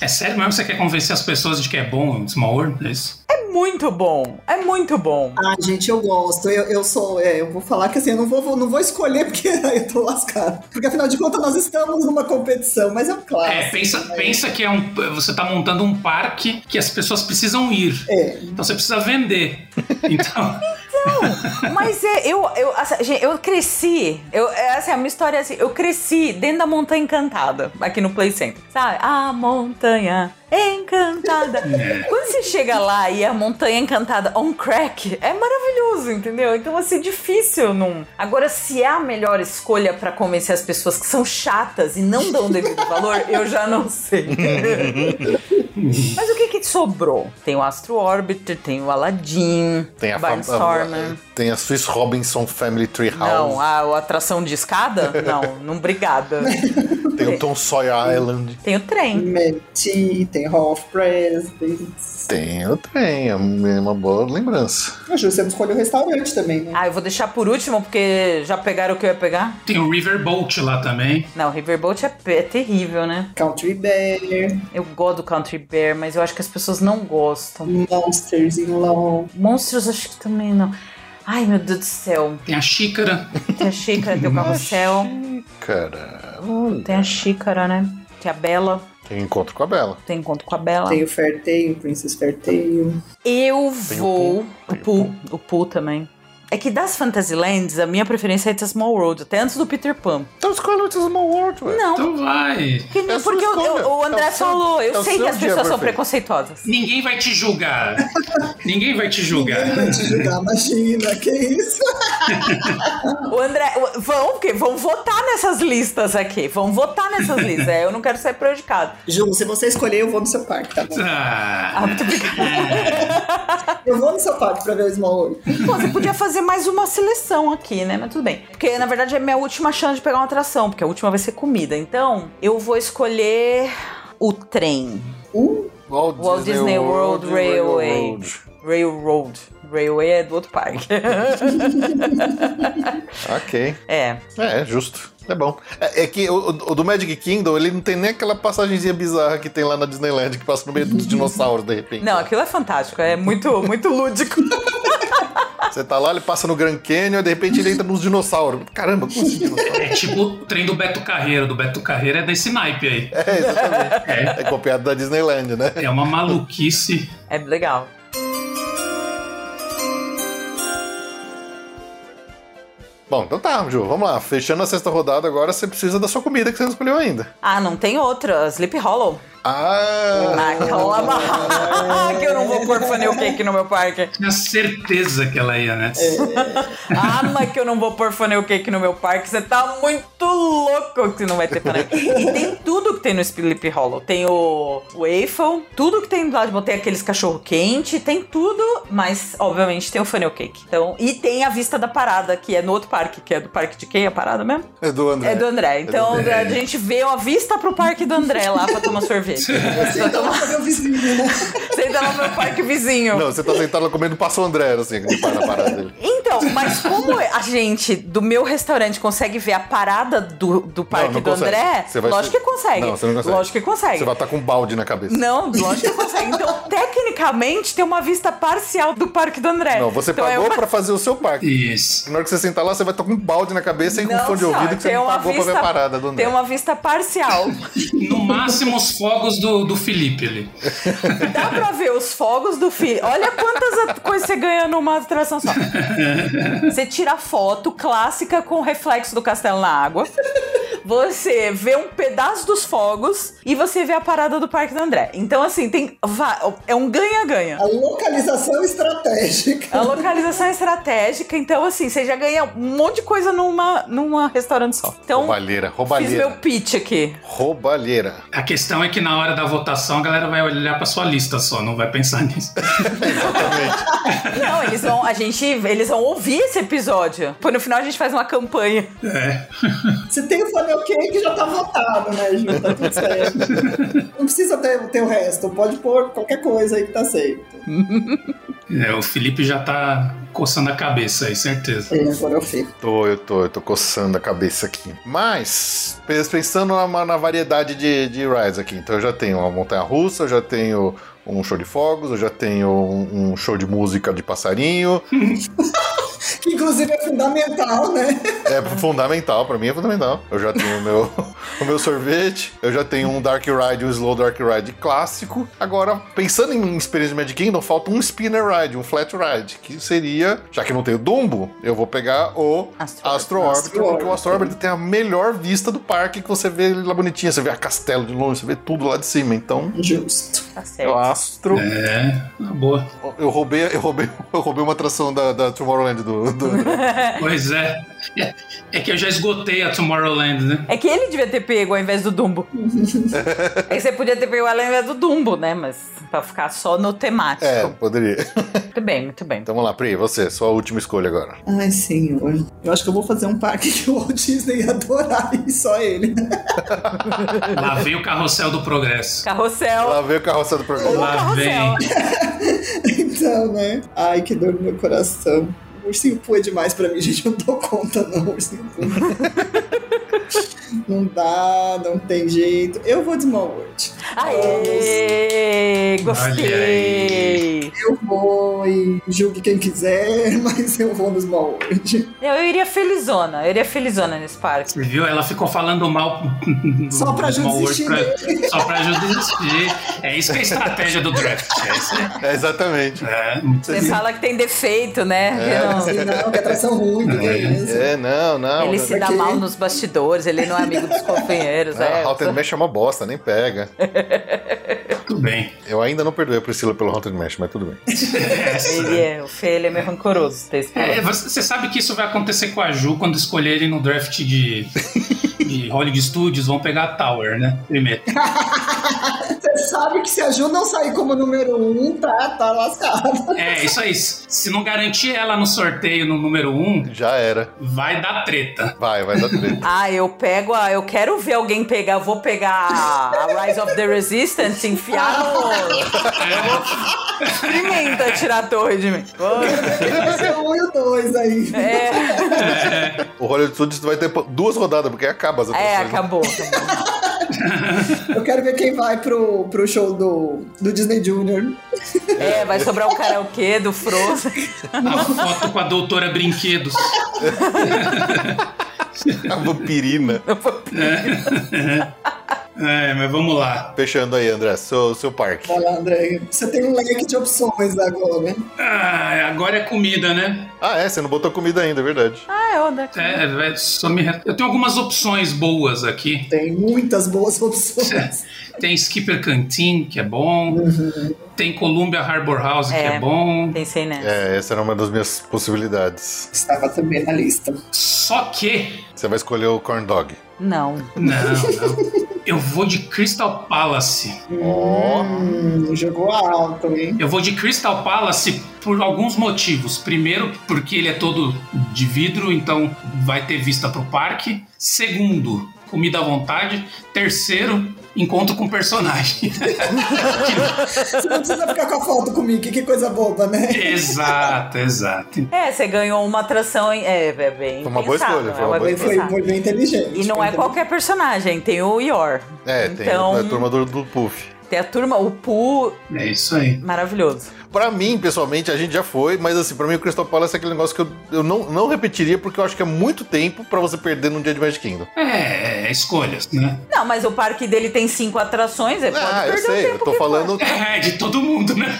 [SPEAKER 6] É sério mesmo que você quer convencer as pessoas de que é bom o Small World? É isso?
[SPEAKER 4] É muito bom, é muito bom.
[SPEAKER 5] Ah, gente, eu gosto. Eu, eu sou. é, eu vou falar que assim, eu não vou, vou- não vou escolher porque eu tô lascada. Porque afinal de contas, nós estamos numa competição, mas é um
[SPEAKER 6] É,
[SPEAKER 5] clássico.
[SPEAKER 6] pensa, pensa que é um, você tá montando um parque que as pessoas precisam ir.
[SPEAKER 5] É.
[SPEAKER 6] Então você precisa vender. Então,
[SPEAKER 4] Mas é, eu, eu, essa- gente, eu cresci. Eu, essa é a minha história assim. Eu cresci dentro da Montanha Encantada, aqui no Play Center. Sabe? A Montanha Encantada.
[SPEAKER 1] É.
[SPEAKER 4] Quando você chega lá e a Montanha Encantada on crack, é maravilhoso, entendeu? Então, assim, difícil não. Agora, se é a melhor escolha pra convencer as pessoas que são chatas e não dão o devido valor, eu já não sei. Mas o que que sobrou? Tem o Astro Orbiter, tem o Aladdin,
[SPEAKER 1] Tem a, fa-
[SPEAKER 4] Barnstormer.
[SPEAKER 1] a- tem a Swiss Robinson Family Tree House.
[SPEAKER 4] Não, a, a atração de escada? Não, não obrigada.
[SPEAKER 1] Tem o Tom Sawyer Island.
[SPEAKER 4] Tem o trem.
[SPEAKER 5] Meti, tem Half Press, tem.
[SPEAKER 1] Tem, eu tenho. É uma boa lembrança.
[SPEAKER 5] A Ah, Ju, você não escolheu o restaurante também, né?
[SPEAKER 4] Ah, eu vou deixar por último, porque já pegaram o que eu ia pegar?
[SPEAKER 6] tem o Riverboat lá também.
[SPEAKER 4] Não, Riverboat é, pe- é terrível, né?
[SPEAKER 5] Country Bear,
[SPEAKER 4] Eu gosto do Country Bear, mas eu acho que as pessoas não gostam.
[SPEAKER 5] Monsters in Law.
[SPEAKER 4] Monstros, acho que também não. Ai, meu Deus do céu.
[SPEAKER 6] Tem a xícara.
[SPEAKER 4] Tem a xícara, tem o carrossel.
[SPEAKER 1] Cara,
[SPEAKER 4] Tem a xícara, né? Tem a Bela.
[SPEAKER 1] tem encontro com a Bela.
[SPEAKER 4] Tem encontro com a Bela.
[SPEAKER 5] Tem o Fairtail, Princess Fairtail.
[SPEAKER 4] Eu
[SPEAKER 1] Tem o
[SPEAKER 4] vou. O Pooh. O Pooh também. É que das Fantasylands, a minha preferência é It's a Small World, até antes do Peter Pan.
[SPEAKER 1] Então escolhe o Small World, ué.
[SPEAKER 4] Não,
[SPEAKER 6] Então vai.
[SPEAKER 4] Que-
[SPEAKER 1] É a sua
[SPEAKER 4] porque eu- eu-
[SPEAKER 1] escolha.
[SPEAKER 4] o André
[SPEAKER 1] É o seu-
[SPEAKER 4] falou, eu
[SPEAKER 1] é o
[SPEAKER 4] sei que
[SPEAKER 1] seu
[SPEAKER 4] as
[SPEAKER 1] dia
[SPEAKER 4] pessoas são
[SPEAKER 1] perfeito.
[SPEAKER 4] preconceituosas.
[SPEAKER 6] Ninguém vai te julgar. Ninguém vai te julgar.
[SPEAKER 5] Ninguém vai te julgar, imagina, que isso?
[SPEAKER 4] O André, o- vão, porque vão votar nessas listas aqui. Vão votar nessas listas. É, eu não quero ser prejudicado.
[SPEAKER 5] Ju, se você escolher, eu vou no seu parque, tá bom?
[SPEAKER 6] Ah,
[SPEAKER 4] Ah, muito obrigada.
[SPEAKER 5] Eu vou no seu parque pra ver o Small World.
[SPEAKER 4] Pô, você podia fazer mais uma seleção aqui, né? Mas tudo bem. Porque, na verdade, é minha última chance de pegar uma atração, porque a última vai ser comida. Então, eu vou escolher o trem.
[SPEAKER 5] Uh,
[SPEAKER 1] Walt,
[SPEAKER 4] Walt Disney World Railway. Railroad. Railway é do outro parque.
[SPEAKER 1] Ok.
[SPEAKER 4] é.
[SPEAKER 1] É, justo. É bom. É, é que o, o do Magic Kingdom, ele não tem nem aquela passagenzinha bizarra que tem lá na Disneyland, que passa no meio dos dinossauros, de repente.
[SPEAKER 4] Não, aquilo é fantástico. É muito, muito lúdico.
[SPEAKER 1] Você tá lá, ele passa no Grand Canyon, e de repente ele entra nos dinossauros. Caramba, como assim dinossauro?
[SPEAKER 6] É tipo o trem do Beto Carreiro. Do Beto Carreiro é desse naipe aí.
[SPEAKER 1] É, exatamente. É copiado da Disneyland, né?
[SPEAKER 6] É uma maluquice.
[SPEAKER 4] É legal.
[SPEAKER 1] Bom, então tá, Ju, vamos lá. Fechando a sexta rodada agora, você precisa da sua comida que você não escolheu ainda.
[SPEAKER 4] Ah, não tem outra. Sleep Hollow.
[SPEAKER 1] Ah!
[SPEAKER 4] Ah, calma. que eu não vou pôr funnel cake no meu parque.
[SPEAKER 6] Tinha certeza que ela ia, né?
[SPEAKER 5] É.
[SPEAKER 4] Ah, mas que eu não vou pôr funnel cake no meu parque. Você tá muito louco que não vai ter funnel cake. E tem tudo que tem no Sleep Hollow. Tem o waffle, tudo que tem lá de bom. Tem aqueles cachorro quente, tem tudo. Mas, obviamente, tem o funnel cake. Então, e tem a vista da parada, que é no outro parque. Que é do parque de quem a parada mesmo?
[SPEAKER 1] É do André.
[SPEAKER 4] É do André. Então, a gente vê uma vista pro parque do André lá pra tomar sorvete.
[SPEAKER 5] Você então vai fazer o vizinho, né?
[SPEAKER 4] Senta lá no meu parque vizinho.
[SPEAKER 1] Não, você tá sentado lá comendo passou André, assim, que para na parada dele.
[SPEAKER 4] Então, mas como a gente do meu restaurante consegue ver a parada do, do parque
[SPEAKER 1] não
[SPEAKER 4] do
[SPEAKER 1] consegue.
[SPEAKER 4] André,
[SPEAKER 1] Você vai
[SPEAKER 4] lógico
[SPEAKER 1] ser-
[SPEAKER 4] que consegue.
[SPEAKER 1] Não, você não consegue.
[SPEAKER 4] Lógico que consegue.
[SPEAKER 1] Você vai estar com um balde na cabeça.
[SPEAKER 4] Não, lógico que consegue. Então, tecnicamente, tem uma vista parcial do parque do André.
[SPEAKER 1] Não, você
[SPEAKER 4] então,
[SPEAKER 1] pagou
[SPEAKER 4] é uma...
[SPEAKER 1] pra fazer o seu parque.
[SPEAKER 6] Isso.
[SPEAKER 1] Na hora que você sentar lá, você vai estar com um balde na cabeça e com
[SPEAKER 4] Não,
[SPEAKER 1] fone de
[SPEAKER 4] senhora,
[SPEAKER 1] ouvido que você
[SPEAKER 4] tem
[SPEAKER 1] não
[SPEAKER 4] uma
[SPEAKER 1] pagou pra ver a
[SPEAKER 4] vista-
[SPEAKER 1] parada do André.
[SPEAKER 4] Tem uma vista parcial.
[SPEAKER 6] No máximo os fogos do, do Felipe ali.
[SPEAKER 4] Dá pra ver os fogos do filho. Olha quantas at- coisas você ganha numa atração só. Você tira foto clássica com o reflexo do castelo na água. Você vê um pedaço dos fogos e você vê a parada do Parque do André. Então, assim, tem va- é um ganha-ganha.
[SPEAKER 5] A localização estratégica.
[SPEAKER 4] A localização é estratégica, então assim, você já ganha um monte de coisa numa, numa restaurante só. Então,
[SPEAKER 1] Roubalheira,
[SPEAKER 4] fiz
[SPEAKER 1] roubalheira.
[SPEAKER 4] meu pitch aqui.
[SPEAKER 1] Roubalheira.
[SPEAKER 6] A questão é que na hora da votação a galera vai olhar pra sua lista só, não vai pensar nisso.
[SPEAKER 1] Exatamente.
[SPEAKER 4] Não, eles vão, a gente, eles vão ouvir esse episódio. Pô, no final a gente faz uma campanha.
[SPEAKER 6] É.
[SPEAKER 5] Se tem o funnel cake, já tá votado, né, Ju? Tá tudo certo. Não precisa ter, ter o resto. Pode pôr qualquer coisa aí que tá certo.
[SPEAKER 6] É, O Felipe já tá coçando a cabeça aí, certeza.
[SPEAKER 5] É, agora eu fico.
[SPEAKER 1] tô, eu tô, eu tô coçando a cabeça aqui. Mas, pensando na, na variedade de, de rides aqui, então eu já tenho uma montanha russa, eu já tenho um show de fogos, eu já tenho um, um show de música de passarinho.
[SPEAKER 5] Que inclusive é fundamental, né?
[SPEAKER 1] É fundamental, pra mim é fundamental. Eu já tenho o meu, o meu sorvete, eu já tenho um Dark Ride, um Slow Dark Ride clássico. Agora, pensando em experiência de Magic Kingdom, falta um Spinner Ride, um Flat Ride, que seria, já que não tem o Dumbo, eu vou pegar o
[SPEAKER 4] Astro
[SPEAKER 1] Astro, Orbiter,
[SPEAKER 5] Astro
[SPEAKER 1] porque o Astro Orbiter tem a melhor vista do parque, que você vê ele lá bonitinho, você vê a castelo de longe, você vê tudo lá de cima, então...
[SPEAKER 5] Justo.
[SPEAKER 4] Tá certo.
[SPEAKER 1] O Astro.
[SPEAKER 6] É, na boa.
[SPEAKER 1] Eu roubei, eu roubei, eu roubei uma atração da, da Tomorrowland do. do...
[SPEAKER 6] Pois é. É que eu já esgotei a Tomorrowland, né?
[SPEAKER 4] É que ele devia ter pego ao invés do Dumbo. é que você podia ter pego ela ao invés do Dumbo, né? Mas pra ficar só no temático.
[SPEAKER 1] é, poderia.
[SPEAKER 4] Muito bem, muito bem.
[SPEAKER 1] Então vamos lá, Pri, você, sua última escolha agora.
[SPEAKER 5] Ai, senhor. Eu acho que eu vou fazer um parque que o Walt Disney ia adorar e só ele.
[SPEAKER 6] Lá vem o carrossel do progresso.
[SPEAKER 4] Carrossel.
[SPEAKER 1] Lá veio o carroça do programa.
[SPEAKER 6] Lá vem.
[SPEAKER 5] Então, né? Ai, que dor no meu coração. O ursinho Poo é demais pra mim, gente. Eu não dou conta, não, ursinho Poo. não dá, não tem jeito. Eu vou de Small World.
[SPEAKER 4] Aê! Gostei!
[SPEAKER 5] Eu vou e julgue quem quiser, mas eu vou no Small World.
[SPEAKER 4] Eu, eu iria felizona, eu iria felizona nesse parque.
[SPEAKER 6] Você viu? Ela ficou falando mal do-
[SPEAKER 5] Só pra
[SPEAKER 6] do Small
[SPEAKER 5] desistir
[SPEAKER 6] World pra- Só pra ajudar desistir. É isso que é a estratégia do draft. É, isso aí.
[SPEAKER 1] É, exatamente.
[SPEAKER 6] é muito
[SPEAKER 4] Você fala que tem defeito, né? Que não-
[SPEAKER 5] Assim, não, que atração ruim, que é isso.
[SPEAKER 1] É, não, não.
[SPEAKER 4] Ele
[SPEAKER 1] não.
[SPEAKER 4] se dá
[SPEAKER 5] Ok.
[SPEAKER 4] mal nos bastidores, ele não é amigo dos companheiros. é.
[SPEAKER 1] Ah, Haunted Mesh é uma bosta, nem pega.
[SPEAKER 6] muito bem.
[SPEAKER 1] Eu ainda não perdoei a Priscila pelo Haunted Mesh, mas tudo bem.
[SPEAKER 4] Ele é, o Fê, ele é meio rancoroso. tem esse
[SPEAKER 6] É,
[SPEAKER 4] problema.
[SPEAKER 6] você você sabe que isso vai acontecer com a Ju quando escolherem no draft de, de Hollywood Studios, vão pegar a Tower, né? Primeiro.
[SPEAKER 5] Você sabe que se a Ju não sair como número um, tá, tá lascado.
[SPEAKER 6] É, isso aí. Se não garantir ela no sorteio no número 1, um,
[SPEAKER 1] Já era.
[SPEAKER 6] vai dar treta.
[SPEAKER 1] Vai, vai dar treta.
[SPEAKER 4] Ah, eu pego a. Eu quero ver alguém pegar. Eu vou pegar a a Rise of the Resistance, enfiar no. Experimenta tirar a torre de mim.
[SPEAKER 5] Vai ser um e o dois aí.
[SPEAKER 4] É,
[SPEAKER 1] o Hollywood Studios vai ter duas rodadas, porque acaba as
[SPEAKER 4] é
[SPEAKER 1] atrações. né?
[SPEAKER 4] acabou. acabou.
[SPEAKER 5] Eu quero ver quem vai pro, pro show do, do Disney Junior.
[SPEAKER 4] É, vai sobrar o karaokê do Frozen.
[SPEAKER 6] A foto com a doutora Brinquedos.
[SPEAKER 1] A vampirina.
[SPEAKER 6] É, mas vamos lá.
[SPEAKER 1] Fechando aí, André, seu, seu parque.
[SPEAKER 5] Olha lá, André. Você tem um leque de opções agora.
[SPEAKER 6] Ah, agora é comida, né?
[SPEAKER 1] Ah, é, você não botou comida ainda, é verdade.
[SPEAKER 4] Ah, eu ando aqui.
[SPEAKER 6] É, vai- só me... re- Eu tenho algumas opções boas aqui.
[SPEAKER 5] Tem muitas boas opções.
[SPEAKER 6] Tem Skipper Canteen, que é bom. Tem Columbia Harbor House, que
[SPEAKER 4] É.
[SPEAKER 6] é bom.
[SPEAKER 4] Pensei nessa.
[SPEAKER 1] É, essa era uma das minhas possibilidades.
[SPEAKER 5] Estava também na lista.
[SPEAKER 6] Só que.
[SPEAKER 1] Você vai escolher o corn dog.
[SPEAKER 4] Não.
[SPEAKER 6] Não, não. Eu vou de Crystal Palace.
[SPEAKER 1] Ó.
[SPEAKER 5] Hum, jogou alto, hein?
[SPEAKER 6] Eu vou de Crystal Palace por alguns motivos. Primeiro, porque ele é todo de vidro, então vai ter vista pro parque. Segundo, comida à vontade. Terceiro, encontro com personagem.
[SPEAKER 5] Você não precisa ficar com a foto com o Mickey, que coisa boba, né?
[SPEAKER 6] exato, exato.
[SPEAKER 4] É, você ganhou uma atração. em- É, é bem.
[SPEAKER 1] Foi uma boa
[SPEAKER 4] pensado,
[SPEAKER 1] escolha,
[SPEAKER 4] né?
[SPEAKER 1] foi uma boa
[SPEAKER 5] Foi,
[SPEAKER 4] bem
[SPEAKER 5] foi,
[SPEAKER 4] pensado.
[SPEAKER 5] foi bem
[SPEAKER 4] E
[SPEAKER 5] inteligente.
[SPEAKER 4] não
[SPEAKER 5] foi
[SPEAKER 4] é
[SPEAKER 5] inteligente.
[SPEAKER 4] qualquer personagem, tem o Yor.
[SPEAKER 1] É,
[SPEAKER 4] Então-
[SPEAKER 1] tem a turma do, do Puff.
[SPEAKER 4] Tem a turma, o Poo,
[SPEAKER 6] É isso aí.
[SPEAKER 4] maravilhoso.
[SPEAKER 1] Pra mim, pessoalmente, a gente já foi, mas assim, pra mim o Crystal Palace é aquele negócio que eu, eu não, não repetiria, porque eu acho que é muito tempo pra você perder num dia de Magic Kingdom.
[SPEAKER 6] É, escolhas, né?
[SPEAKER 4] Não, mas o parque dele tem cinco atrações, você É, pode
[SPEAKER 1] ah, eu
[SPEAKER 4] perder o
[SPEAKER 1] sei, eu
[SPEAKER 4] tempo
[SPEAKER 1] tô
[SPEAKER 4] que for.
[SPEAKER 1] falando.
[SPEAKER 6] É, de todo mundo, né?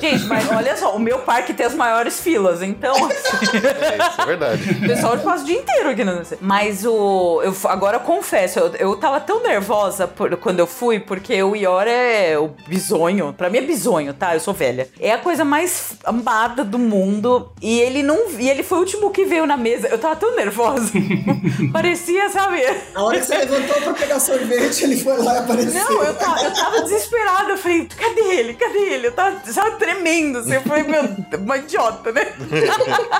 [SPEAKER 4] Gente, mas olha só, o meu parque tem as maiores filas, então assim,
[SPEAKER 1] É, isso é verdade.
[SPEAKER 4] o pessoal passa o dia inteiro aqui no Mas o. Eu, f- agora eu confesso, eu, eu tava tão nervosa por- quando eu fui, porque o Ior é o bisonho. Pra mim é bisonho, tá? Eu sou velha. É a coisa mais amada do mundo. E ele não. E ele foi o último que veio na mesa. Eu tava tão nervosa. Parecia, sabe?
[SPEAKER 5] A hora que você levantou pra pegar sorvete, ele foi lá e apareceu.
[SPEAKER 4] Não, eu tava, eu tava desesperada. Eu falei, cadê ele? Cadê ele? Eu tava, tava tremendo. Você foi, meu, uma idiota, né?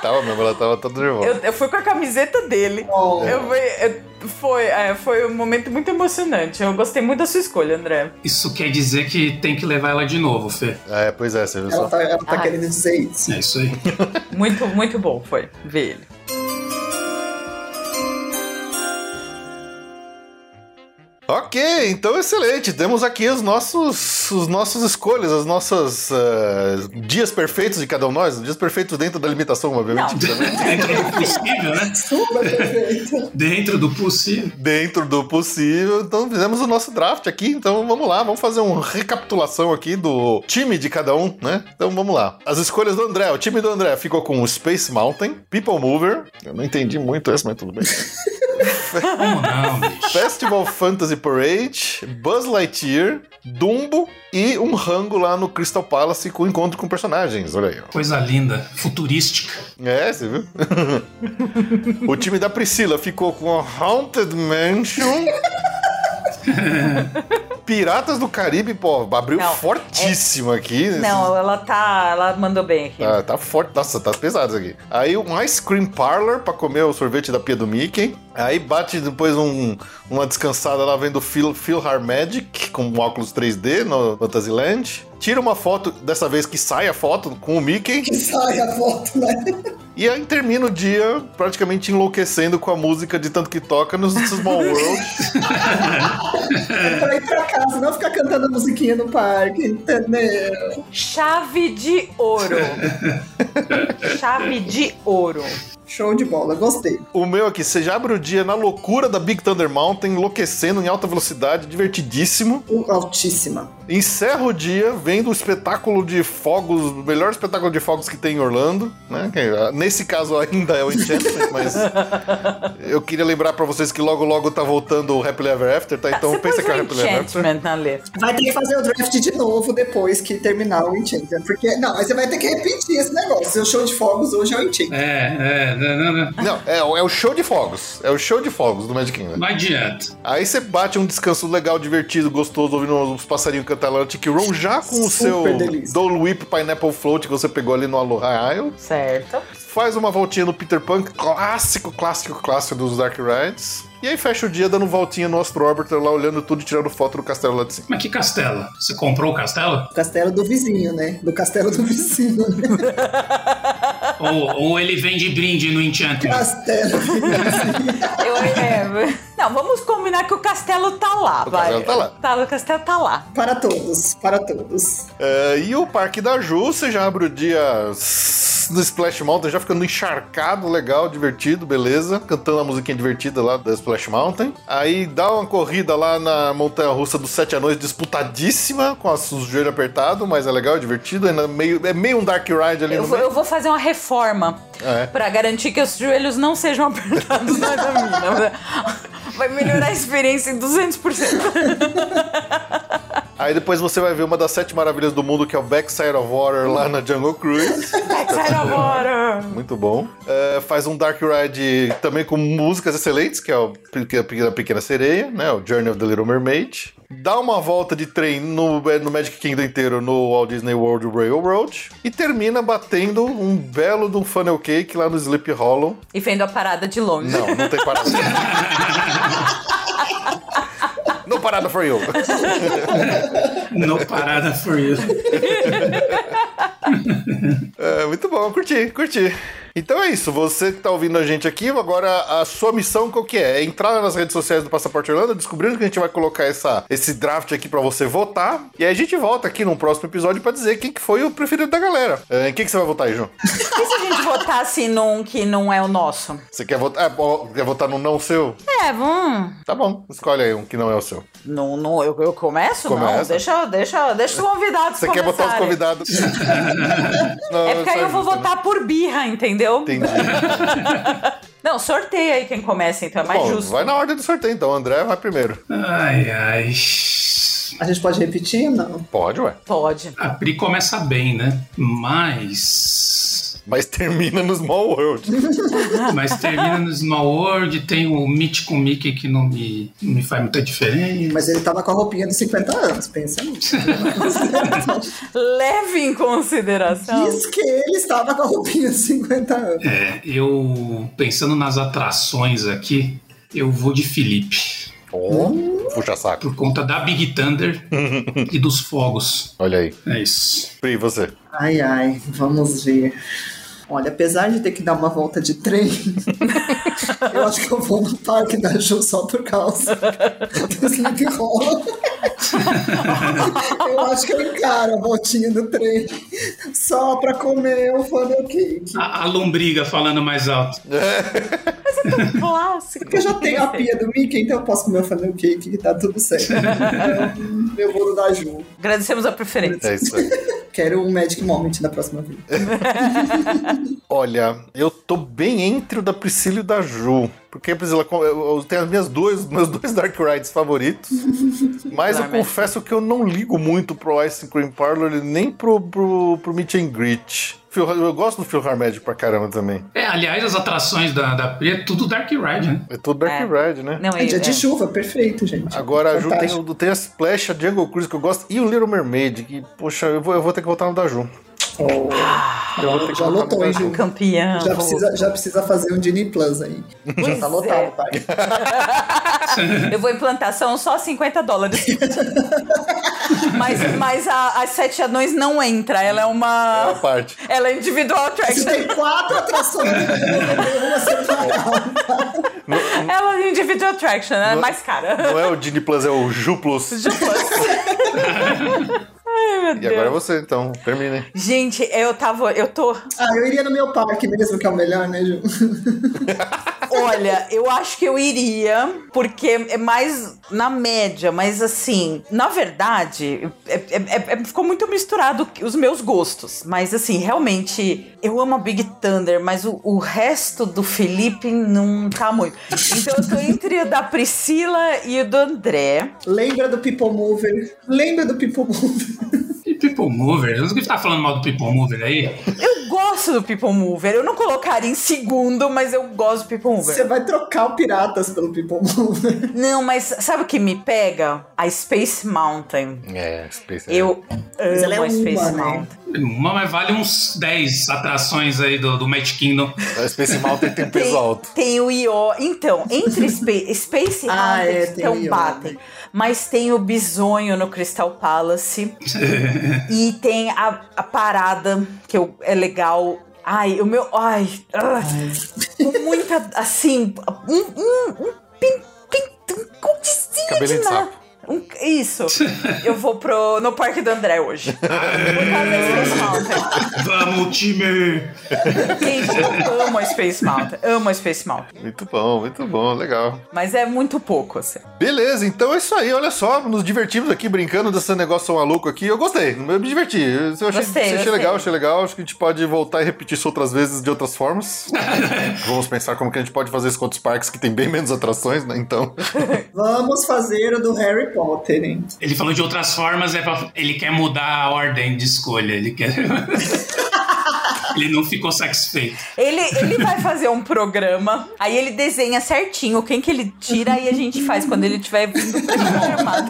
[SPEAKER 1] tava mesmo, ela tava toda nervosa.
[SPEAKER 4] Eu, eu fui com a camiseta dele.
[SPEAKER 5] Oh.
[SPEAKER 4] Eu fui, eu- foi, é, foi um momento muito emocionante. Eu gostei muito da sua escolha, André.
[SPEAKER 6] Isso quer dizer que tem que levar ela de novo, Fê.
[SPEAKER 1] É, pois é, você viu
[SPEAKER 5] Ela
[SPEAKER 1] só.
[SPEAKER 5] tá, ela tá
[SPEAKER 4] Ah.
[SPEAKER 5] querendo dizer isso.
[SPEAKER 6] É isso aí.
[SPEAKER 4] Muito, muito bom foi ver ele.
[SPEAKER 1] Ok, então excelente. Temos aqui os nossos, os nossos escolhas, as nossas ah, dias perfeitos de cada um de nós, dias perfeitos dentro da limitação, obviamente.
[SPEAKER 4] Não.
[SPEAKER 6] Dentro do possível, né?
[SPEAKER 5] Super perfeito.
[SPEAKER 6] Dentro do possível.
[SPEAKER 1] dentro do possível. Então fizemos o nosso draft aqui. Então vamos lá, vamos fazer uma recapitulação aqui do time de cada um, né? Então vamos lá. As escolhas do André. O time do André ficou com o Space Mountain, People Mover. Eu não entendi muito essa, mas tudo bem.
[SPEAKER 6] Como não, bicho?
[SPEAKER 1] Festival Fantasy Parade, Buzz Lightyear, Dumbo e um rango lá no Crystal Palace com encontro com personagens. Olha aí, ó.
[SPEAKER 6] Coisa linda, futurística.
[SPEAKER 1] É, você viu? o time da Priscila ficou com a Haunted Mansion. Piratas do Caribe, pô, abriu
[SPEAKER 4] Não, é-
[SPEAKER 1] fortíssimo aqui.
[SPEAKER 4] Não, ela tá. Ela mandou bem aqui.
[SPEAKER 1] Tá, tá forte, nossa, tá pesado isso aqui. Aí um ice cream parlor pra comer o sorvete da pia do Mickey. Aí bate depois um- uma descansada lá vendo Phil, Philhar Magic com um óculos 3D no Fantasyland. Tira uma foto, dessa vez que sai a foto com o Mickey.
[SPEAKER 5] Que sai a foto, né?
[SPEAKER 1] E aí termina o dia praticamente enlouquecendo com a música de tanto que toca no Small World.
[SPEAKER 5] Pra ir pra casa, não ficar cantando a musiquinha no parque, entendeu?
[SPEAKER 4] Chave de ouro. Chave de ouro.
[SPEAKER 5] Show de bola, gostei.
[SPEAKER 1] O meu aqui, você já abre o dia na loucura da Big Thunder Mountain, enlouquecendo em alta velocidade, divertidíssimo.
[SPEAKER 5] Uh, Altíssima.
[SPEAKER 1] Encerra o dia vendo o espetáculo de fogos, o melhor espetáculo de fogos que tem em Orlando, né? Que, ah, Nesse caso ainda é o Enchantment, mas eu queria lembrar pra vocês que logo logo tá voltando o Happily Ever After, tá? Então
[SPEAKER 4] Você
[SPEAKER 1] pensa
[SPEAKER 4] pôs
[SPEAKER 1] que é o
[SPEAKER 4] um
[SPEAKER 1] Happily Ever After.
[SPEAKER 4] enchantment na letra.
[SPEAKER 5] Vai ter que fazer o draft de novo depois que terminar o Enchanted. Porque, não, mas você vai ter que repetir esse negócio. Seu show de fogos hoje é o Enchanted.
[SPEAKER 6] É, é, tanana.
[SPEAKER 1] Não, é, é o show de fogos. É o show de fogos do Magic Kingdom.
[SPEAKER 6] Não adianta.
[SPEAKER 1] Aí você bate um descanso legal, divertido, gostoso, ouvindo os passarinhos cantar lá no Tiki Room, já com o seu
[SPEAKER 5] Super delícia.
[SPEAKER 1] Dole Whip Pineapple Float que você pegou ali no Aloha Isle.
[SPEAKER 4] Certo.
[SPEAKER 1] Faz uma voltinha no Peter Pan, clássico, clássico, clássico dos Dark Rides. E aí fecha o dia dando voltinha no Astro Orbiter lá, olhando tudo e tirando foto do castelo lá de cima.
[SPEAKER 6] Mas que castelo? Você comprou o castelo?
[SPEAKER 5] O castelo do vizinho, né? Do castelo do vizinho, né?
[SPEAKER 6] ou, ou ele vem de brinde no Enchantment?
[SPEAKER 5] Castelo.
[SPEAKER 4] Eu lembro. Não, vamos combinar que o castelo tá lá,
[SPEAKER 1] O
[SPEAKER 4] vai.
[SPEAKER 1] castelo tá lá.
[SPEAKER 4] o castelo tá lá.
[SPEAKER 5] Para todos, para todos.
[SPEAKER 1] É, e o Parque da Ju, você já abre o dia s- no Splash Mountain, já ficando encharcado, legal, divertido, beleza. Cantando a musiquinha divertida lá da Splash Mountain. Aí dá uma corrida lá na montanha russa dos Sete Anões, disputadíssima, com as- os joelhos apertados, mas é legal, é divertido. Ainda meio, é meio um Dark Ride ali
[SPEAKER 4] Eu
[SPEAKER 1] no
[SPEAKER 4] vou,
[SPEAKER 1] meio.
[SPEAKER 4] eu vou fazer uma reforma
[SPEAKER 1] É.
[SPEAKER 4] pra garantir que os joelhos não sejam apertados na mina. Vai melhorar a experiência em 200%.
[SPEAKER 1] Aí depois você vai ver uma das sete maravilhas do mundo, que é o Backside of Water lá na Jungle Cruise.
[SPEAKER 4] Sai agora.
[SPEAKER 1] Muito bom. É, faz um Dark Ride também com músicas excelentes, que é o Pequena, Pequena, Pequena Sereia, né? O Journey of the Little Mermaid. Dá uma volta de trem no, é, no Magic Kingdom inteiro no Walt Disney World Railroad. E termina batendo um belo de um funnel cake lá no Sleep Hollow.
[SPEAKER 4] E vendo a parada de longe.
[SPEAKER 1] Não, não tem parada. no parada for you.
[SPEAKER 6] No Parada for You.
[SPEAKER 1] É, muito bom, curti, curti. Então é isso, você que tá ouvindo a gente aqui, agora a sua missão qual que é? É entrar nas redes sociais do Passaporte Orlando, descobrindo que a gente vai colocar essa, esse draft aqui pra você votar. E aí a gente volta aqui num próximo episódio pra dizer quem que foi o preferido da galera. É, em quem que você vai votar aí, João?
[SPEAKER 4] E se a gente votasse num que não é o nosso?
[SPEAKER 1] Você quer votar, é, ó, quer votar no não seu?
[SPEAKER 4] É, vamos.
[SPEAKER 1] Tá bom, escolhe aí um que não é o seu.
[SPEAKER 4] Não, não, eu, eu começo? Não,
[SPEAKER 1] Começa.
[SPEAKER 4] deixa, deixa, deixa os convidados
[SPEAKER 1] Você quer botar os
[SPEAKER 4] começarem.
[SPEAKER 1] convidados? Não,
[SPEAKER 4] É porque aí
[SPEAKER 1] só
[SPEAKER 4] eu vou
[SPEAKER 1] ajuda, né?
[SPEAKER 4] votar por birra, entendeu?
[SPEAKER 1] Entendi.
[SPEAKER 4] Não, sorteia aí quem começa, então é mais
[SPEAKER 1] Bom,
[SPEAKER 4] justo.
[SPEAKER 1] vai na ordem do sorteio, então. André vai primeiro.
[SPEAKER 6] Ai, ai.
[SPEAKER 5] A gente pode repetir? Não.
[SPEAKER 1] Pode, ué.
[SPEAKER 4] Pode.
[SPEAKER 6] A Pri começa bem, né? Mas.
[SPEAKER 1] Mas termina no Small World.
[SPEAKER 6] Mas termina no Small World, tem o Meet com Mickey que não me, não me faz muita diferença.
[SPEAKER 5] Mas ele tava com a roupinha dos 50 anos, pensa nisso.
[SPEAKER 4] Leve em consideração.
[SPEAKER 5] Diz que ele estava com a roupinha dos 50 anos.
[SPEAKER 6] É, eu, pensando nas atrações aqui, eu vou de Felipe.
[SPEAKER 1] Oh, puxa saco.
[SPEAKER 6] Por conta da Big Thunder e dos fogos.
[SPEAKER 1] Olha aí.
[SPEAKER 6] É isso.
[SPEAKER 1] Pri, você.
[SPEAKER 5] Ai, ai, vamos ver. Olha, apesar de ter que dar uma volta de trem, eu acho que eu vou no parque da Ju só por causa do Sleep Hollow. eu acho que eu encaro a voltinha do trem só pra comer o funnel cake.
[SPEAKER 6] A, a lombriga falando mais alto.
[SPEAKER 4] é Clássico.
[SPEAKER 5] Porque eu já tenho a pia do Mickey, então eu posso comer o funnel cake e tá tudo certo. Então, eu vou no da Ju.
[SPEAKER 4] Agradecemos a preferência.
[SPEAKER 1] É isso aí.
[SPEAKER 5] Quero um Magic Moment na próxima vida.
[SPEAKER 1] Olha, eu tô bem entre o da Priscila e o da Ju. Porque a Priscila, eu, eu tenho as minhas duas, meus dois Dark Rides favoritos. mas eu
[SPEAKER 4] Claramente.
[SPEAKER 1] confesso que eu não ligo muito pro Ice Cream Parlor e nem pro, pro, pro Meet and Greet. Phil- Eu gosto do Phil Magic pra caramba também.
[SPEAKER 6] É, aliás, as atrações da, da Pri é tudo Dark Ride, né?
[SPEAKER 1] É tudo Dark
[SPEAKER 4] É.
[SPEAKER 1] Ride, né?
[SPEAKER 4] Não,
[SPEAKER 5] É
[SPEAKER 4] é,
[SPEAKER 5] dia de
[SPEAKER 4] é.
[SPEAKER 5] chuva, perfeito, gente.
[SPEAKER 1] Agora a Ju tem, um
[SPEAKER 5] Fantástico.
[SPEAKER 1] o- tem a Splash, a Jungle Cruise que eu gosto e o Little Mermaid. Que, poxa, eu vou, eu vou ter que voltar no da Ju. Eu vou ter que
[SPEAKER 5] Ah, Já
[SPEAKER 1] votar no
[SPEAKER 5] lotou,
[SPEAKER 1] da
[SPEAKER 5] hein,
[SPEAKER 1] Ju.
[SPEAKER 5] Ju?
[SPEAKER 4] Campeão.
[SPEAKER 5] Já precisa, já precisa fazer um Disney Plus aí. já tá lotado,
[SPEAKER 4] é.
[SPEAKER 5] pai.
[SPEAKER 4] Eu vou em plantação só 50 dólares. mas mas a, as sete anões não entra. Ela é
[SPEAKER 1] É
[SPEAKER 4] uma.
[SPEAKER 1] a parte.
[SPEAKER 4] Ela é individual
[SPEAKER 5] Você
[SPEAKER 4] attraction.
[SPEAKER 5] tem quatro atrações. Uma
[SPEAKER 4] É.
[SPEAKER 5] separada.
[SPEAKER 4] Ela é individual attraction, ela é mais cara.
[SPEAKER 1] Não é o Disney Plus, é o Ju Plus.
[SPEAKER 4] Ai, meu
[SPEAKER 1] E agora é
[SPEAKER 4] Deus.
[SPEAKER 1] você, então. Termine.
[SPEAKER 4] Gente, eu tava. Eu tô.
[SPEAKER 5] Ah, eu iria no meu parque mesmo, que é o melhor, né, Ju?
[SPEAKER 4] Olha, eu acho que eu iria, porque é mais na média, mas assim, na verdade, é- é- é- ficou muito misturado os meus gostos. Mas assim, realmente, eu amo a Big Thunder, mas o, o resto do Felipe não tá muito. Então eu tô entre o da Priscila e o do André.
[SPEAKER 5] Lembra do People Mover? Lembra do People Mover?
[SPEAKER 6] E People Mover. Você que tá falando mal do People Mover aí?
[SPEAKER 4] Eu gosto do People Mover. Eu não colocaria em segundo, mas eu gosto do People Mover.
[SPEAKER 5] Você vai trocar o Piratas pelo People Mover.
[SPEAKER 4] Não, mas sabe o que me pega? A Space Mountain.
[SPEAKER 1] É, Space
[SPEAKER 4] Eu
[SPEAKER 5] Mas ela é
[SPEAKER 4] amo a
[SPEAKER 5] uma,
[SPEAKER 4] Space
[SPEAKER 5] né?
[SPEAKER 4] Mountain.
[SPEAKER 6] Uma, mas vale uns 10 atrações aí do, do Magic Kingdom.
[SPEAKER 1] A É, Space Mountain tem peso alto.
[SPEAKER 4] tem o I.O. Então, entre Space, Space
[SPEAKER 5] Ah,
[SPEAKER 4] Mountain,
[SPEAKER 5] é, tem o
[SPEAKER 4] então
[SPEAKER 5] I.O.,
[SPEAKER 4] batem.
[SPEAKER 5] né?
[SPEAKER 4] Mas tem o Bisonho no Crystal Palace. e tem a, a parada, que eu- é legal. Ai, o meu. Ai. ah, com muita. Assim. Um. Um. Um. pin- pin- um cotezinho
[SPEAKER 1] Cabelinho
[SPEAKER 4] de
[SPEAKER 1] de
[SPEAKER 4] nada.
[SPEAKER 1] sapo.
[SPEAKER 4] Um- isso. Eu vou pro, no Parque do André hoje. Por causa da Space Mountain.
[SPEAKER 6] Vamos, time!
[SPEAKER 4] Gente, eu amo a Space Mountain. Amo a Space Mountain.
[SPEAKER 1] Muito bom, muito bom, legal.
[SPEAKER 4] Mas é muito pouco, assim.
[SPEAKER 1] Beleza, então é isso aí, olha só, nos divertimos aqui brincando desse negócio maluco aqui. Eu gostei, eu me diverti. Eu achei,
[SPEAKER 4] Gostei,
[SPEAKER 1] achei
[SPEAKER 4] gostei.
[SPEAKER 1] legal, achei legal. Acho que a gente pode voltar e repetir isso outras vezes de outras formas. Vamos pensar como que a gente pode fazer isso com outros parques que tem bem menos atrações, né? Então.
[SPEAKER 5] Vamos fazer o do Harry Potter, hein?
[SPEAKER 6] Ele falou de outras formas, é pra- ele quer mudar a ordem de escolha. Ele quer. ele não ficou satisfeito.
[SPEAKER 4] Ele, ele vai fazer um programa, aí ele desenha certinho quem que ele tira e a gente faz quando ele tiver vindo programado.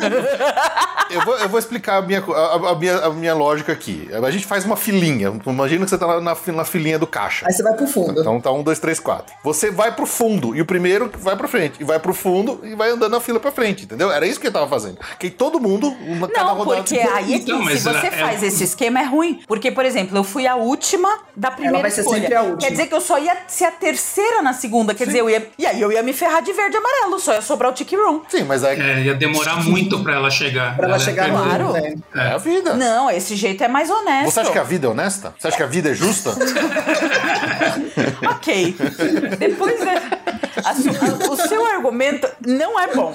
[SPEAKER 1] Eu vou, eu vou explicar a minha, co- a, a- a minha, a minha lógica aqui. A gente faz uma filinha. Imagina que você tá na, na fi- na filinha do caixa.
[SPEAKER 5] Aí você vai pro fundo.
[SPEAKER 1] Então tá um, dois, três, quatro. Você vai pro fundo e o primeiro vai pra frente. E vai pro fundo e vai andando na fila pra frente, entendeu? Era isso que ele tava fazendo. Que todo mundo, na cada
[SPEAKER 4] Não,
[SPEAKER 1] rodada.
[SPEAKER 4] porque aí é que
[SPEAKER 6] Então,
[SPEAKER 4] se
[SPEAKER 6] mas
[SPEAKER 4] você
[SPEAKER 6] ela- é-
[SPEAKER 4] faz esse esquema é ruim. Porque, por exemplo, eu fui a última da primeira
[SPEAKER 5] vai ser
[SPEAKER 4] escolha.
[SPEAKER 5] sempre a última.
[SPEAKER 4] Quer dizer que eu só ia ser a terceira na segunda. Quer dizer, eu ia. E aí eu ia me ferrar de verde e amarelo, só ia sobrar o Tiki Room.
[SPEAKER 1] Sim, mas é,
[SPEAKER 6] É, ia demorar muito pra ela chegar.
[SPEAKER 5] Pra ela chegar no
[SPEAKER 4] claro.
[SPEAKER 5] fundo, né?
[SPEAKER 1] é a vida.
[SPEAKER 4] Não, esse jeito é mais honesto.
[SPEAKER 1] Você acha que a vida é honesta? Você acha que a vida é justa?
[SPEAKER 4] Ok. Depois da- a su- a- o seu argumento não é bom.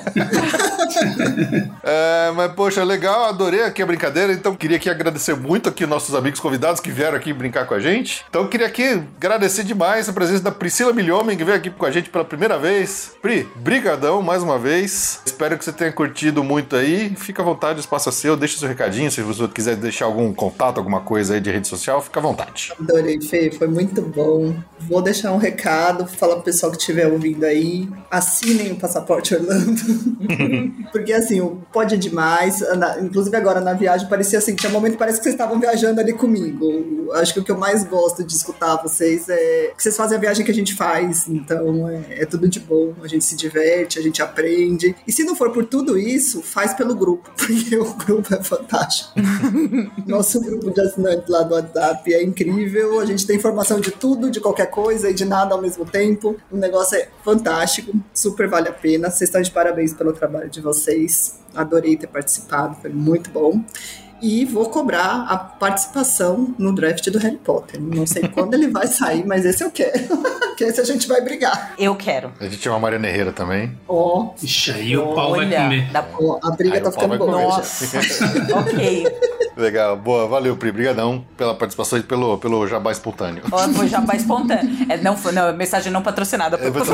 [SPEAKER 1] É, mas poxa, legal, adorei aqui a brincadeira. Então queria aqui agradecer muito aqui nossos amigos convidados que vieram aqui brincar com a gente. Então queria aqui agradecer demais a presença da Priscila Milhomem que veio aqui com a gente pela primeira vez. Pri, brigadão mais uma vez. Espero que você tenha curtido muito aí. Fica à vontade, o espaço é seu. Deixa seu recadinho, se você quiser deixar algum contato, alguma coisa aí de rede social, fica à vontade.
[SPEAKER 5] Adorei, Fê, foi muito bom. Vou deixar um recado, falar pro pessoal que estiver ouvindo aí, assinem o Passaporte Orlando. Porque assim, o pode é demais. Na- Inclusive agora na viagem parecia assim, tinha um momento que parece que vocês estavam viajando ali comigo. Acho que o que eu mais gosto de escutar vocês é que vocês fazem a viagem que a gente faz. Então é, é tudo de bom, a gente se diverte, a gente aprende. E se não for por tudo isso, faz pelo grupo, porque o grupo é fantástico. Nosso grupo de assinantes lá do WhatsApp é incrível. A gente tem informação de tudo, de qualquer coisa e de nada ao mesmo tempo. O negócio é fantástico, super vale a pena. Vocês estão de parabéns pelo trabalho de vocês. Adorei ter participado, foi muito bom. E vou cobrar a participação no draft do Harry Potter. Não sei quando ele vai sair, mas esse eu quero. que esse a gente vai brigar.
[SPEAKER 4] Eu quero.
[SPEAKER 1] A gente chama a Mariana Herrera também.
[SPEAKER 5] Ó,
[SPEAKER 6] Ixi, aí o pau vai
[SPEAKER 4] Olha,
[SPEAKER 6] comer.
[SPEAKER 4] dá-
[SPEAKER 5] ó, a briga
[SPEAKER 1] Aí
[SPEAKER 5] tá
[SPEAKER 1] o pau
[SPEAKER 5] ficando
[SPEAKER 1] vai
[SPEAKER 5] boa.
[SPEAKER 1] comer.
[SPEAKER 4] Nossa. ok.
[SPEAKER 1] Legal, boa, valeu, Pri. Brigadão pela participação e pelo, pelo jabá espontâneo.
[SPEAKER 4] Ó, Foi jabá espontâneo. É, não, foi- não, é mensagem não patrocinada.
[SPEAKER 1] É, mas-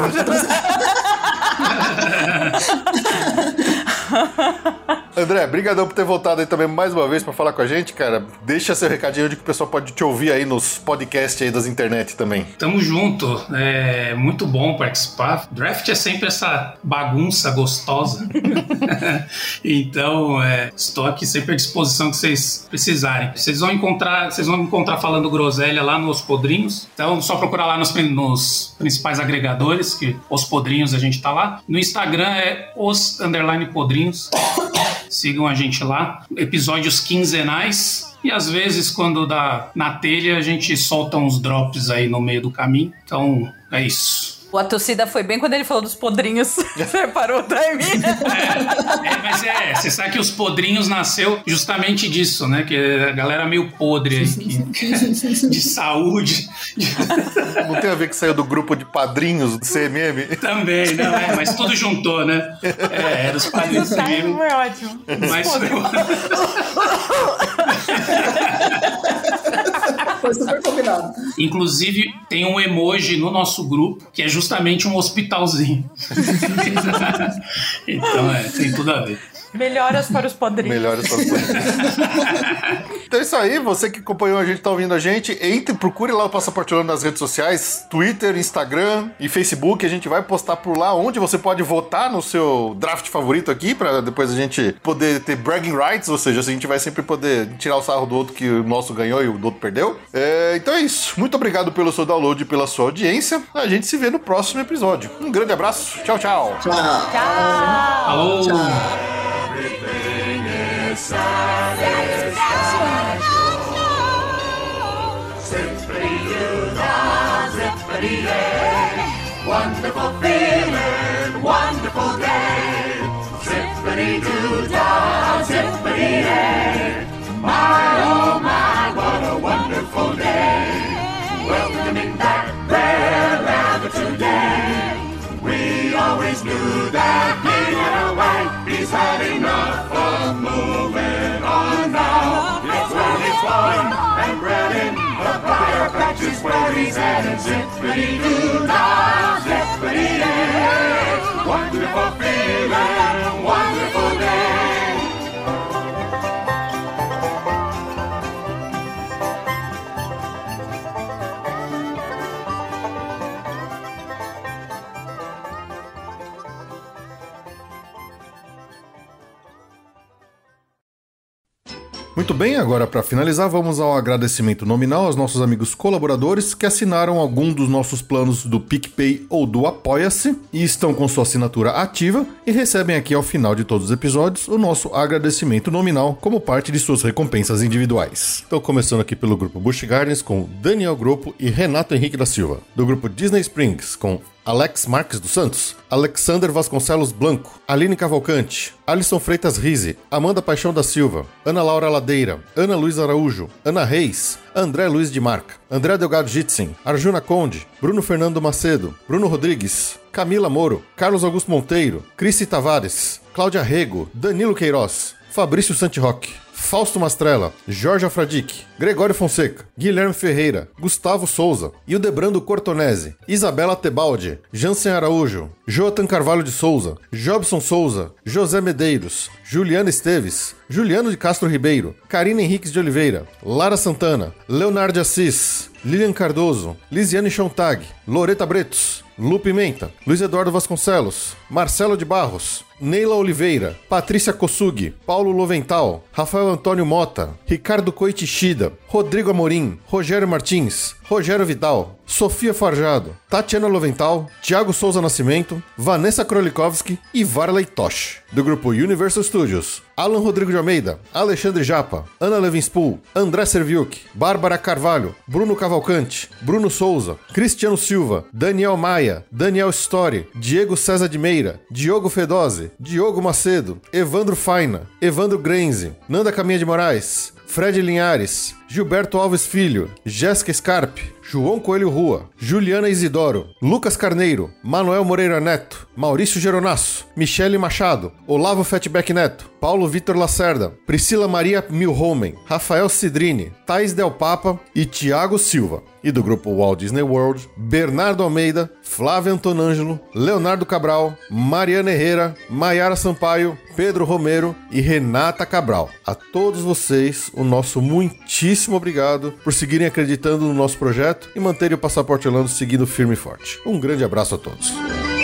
[SPEAKER 1] André, brigadão por ter voltado aí também mais uma vez pra falar com a gente, cara. Deixa seu recadinho onde que o pessoal pode te ouvir aí nos podcasts aí das internet também.
[SPEAKER 6] Tamo junto. É muito bom participar. Draft é sempre essa bagunça gostosa. então, é, estou aqui sempre à disposição que vocês precisarem. Vocês vão encontrar, vocês vão me encontrar falando groselha lá nos Podrinhos. Então, só procurar lá nos, prin- nos principais agregadores que os Podrinhos a gente tá lá. No Instagram é os underline Podrinhos. Sigam a gente lá. Episódios quinzenais. E às vezes, quando dá na telha, a gente solta uns drops aí no meio do caminho. Então, é isso.
[SPEAKER 4] O a torcida foi bem quando ele falou dos podrinhos. Você parou o timing?
[SPEAKER 6] É, mas é, você sabe que os podrinhos nasceu justamente disso, né? Que a galera meio podre aí, que- de saúde.
[SPEAKER 1] Não tem a ver que saiu do grupo de padrinhos do CMM?
[SPEAKER 6] Também, não é? Mas tudo juntou, né? É, era os padrinhos
[SPEAKER 4] O timing
[SPEAKER 6] mesmo.
[SPEAKER 4] foi ótimo.
[SPEAKER 6] Mas
[SPEAKER 5] Foi super combinado.
[SPEAKER 6] Inclusive, tem um emoji no nosso grupo que é justamente um hospitalzinho. então, é, tem tudo a ver.
[SPEAKER 4] Melhoras para os padrinhos.
[SPEAKER 10] Melhores para Então é isso aí, você que acompanhou a gente, tá ouvindo a gente, entre, procure lá o Passaporte Orlando nas redes sociais, Twitter, Instagram e Facebook, a gente vai postar por lá onde você pode votar no seu draft favorito aqui, para depois a gente poder ter bragging rights, ou seja, a gente vai sempre poder tirar o sarro do outro que o nosso ganhou e o do outro perdeu. É, então é isso, muito obrigado pelo seu download e pela sua audiência, a gente se vê no próximo episódio. Um grande abraço, tchau, tchau.
[SPEAKER 5] Tchau.
[SPEAKER 6] Alô!
[SPEAKER 1] Muito bem, agora para finalizar, vamos ao agradecimento nominal aos nossos amigos colaboradores que assinaram algum dos nossos planos do PicPay ou do Apoia-se e estão com sua assinatura ativa e recebem aqui ao final de todos os episódios o nosso agradecimento nominal como parte de suas recompensas individuais. Então, começando aqui pelo grupo Busch Gardens com Daniel Grupo e Renato Henrique da Silva, do grupo Disney Springs com Alex Marques dos Santos, Alexander Vasconcelos Blanco, Aline Cavalcante, Alisson Freitas Rise, Amanda Paixão da Silva, Ana Laura Ladeira, Ana Luiz Araújo, Ana Reis, André Luiz de Marca, André Delgado Jitsin, Arjuna Conde, Bruno Fernando Macedo, Bruno Rodrigues, Camila Moro, Carlos Augusto Monteiro, Cris Tavares, Cláudia Rego, Danilo Queiroz, Fabrício Santiroque, Fausto Mastrella, Jorge Afradic, Gregório Fonseca, Guilherme Ferreira, Gustavo Souza, Ildebrando Cortonese, Isabela Tebaldi, Jansen Araújo, Joatan Carvalho de Souza, Jobson Souza, José Medeiros, Juliana Esteves, Juliano de Castro Ribeiro, Karina Henriques de Oliveira, Lara Santana, Leonardo de Assis, Lilian Cardoso, Lisiane Chontag, Loreta Bretos, Lu Pimenta, Luiz Eduardo Vasconcelos, Marcelo de Barros, Neila Oliveira, Patrícia Kossugi, Paulo Lovental, Rafael Antônio Mota, Ricardo Coitichida, Rodrigo Amorim, Rogério Martins, Rogério Vidal, Sofia Farjado, Tatiana Lovental, Thiago Souza Nascimento, Vanessa Krolikowski e Varley Tosh. Do grupo Universal Studios, Alan Rodrigo de Almeida, Alexandre Japa, Ana Levinspool, André Serviuk, Bárbara Carvalho, Bruno Cavalcante, Bruno Souza, Cristiano Silva, Daniel Maia, Daniel Story, Diego César de Meira, Diogo Fedose, Diogo Macedo, Evandro Faina, Evandro Grenze, Nanda Caminha de Moraes, Fred Linhares, Gilberto Alves Filho, Jéssica Scarpe, João Coelho Rua, Juliana Isidoro, Lucas Carneiro, Manuel Moreira Neto, Maurício Geronasso, Michele Machado, Olavo Fatback Neto, Paulo Vitor Lacerda, Priscila Maria Milhomen, Rafael Cidrini, Thais Del Papa e Tiago Silva. E do grupo Walt Disney World, Bernardo Almeida, Flávio Antonângelo, Leonardo Cabral, Mariana Herrera, Maiara Sampaio, Pedro Romero e Renata Cabral. A todos vocês, o nosso muitíssimo obrigado por seguirem acreditando no nosso projeto e manterem o Passaporte Orlando seguindo firme e forte. Um grande abraço a todos.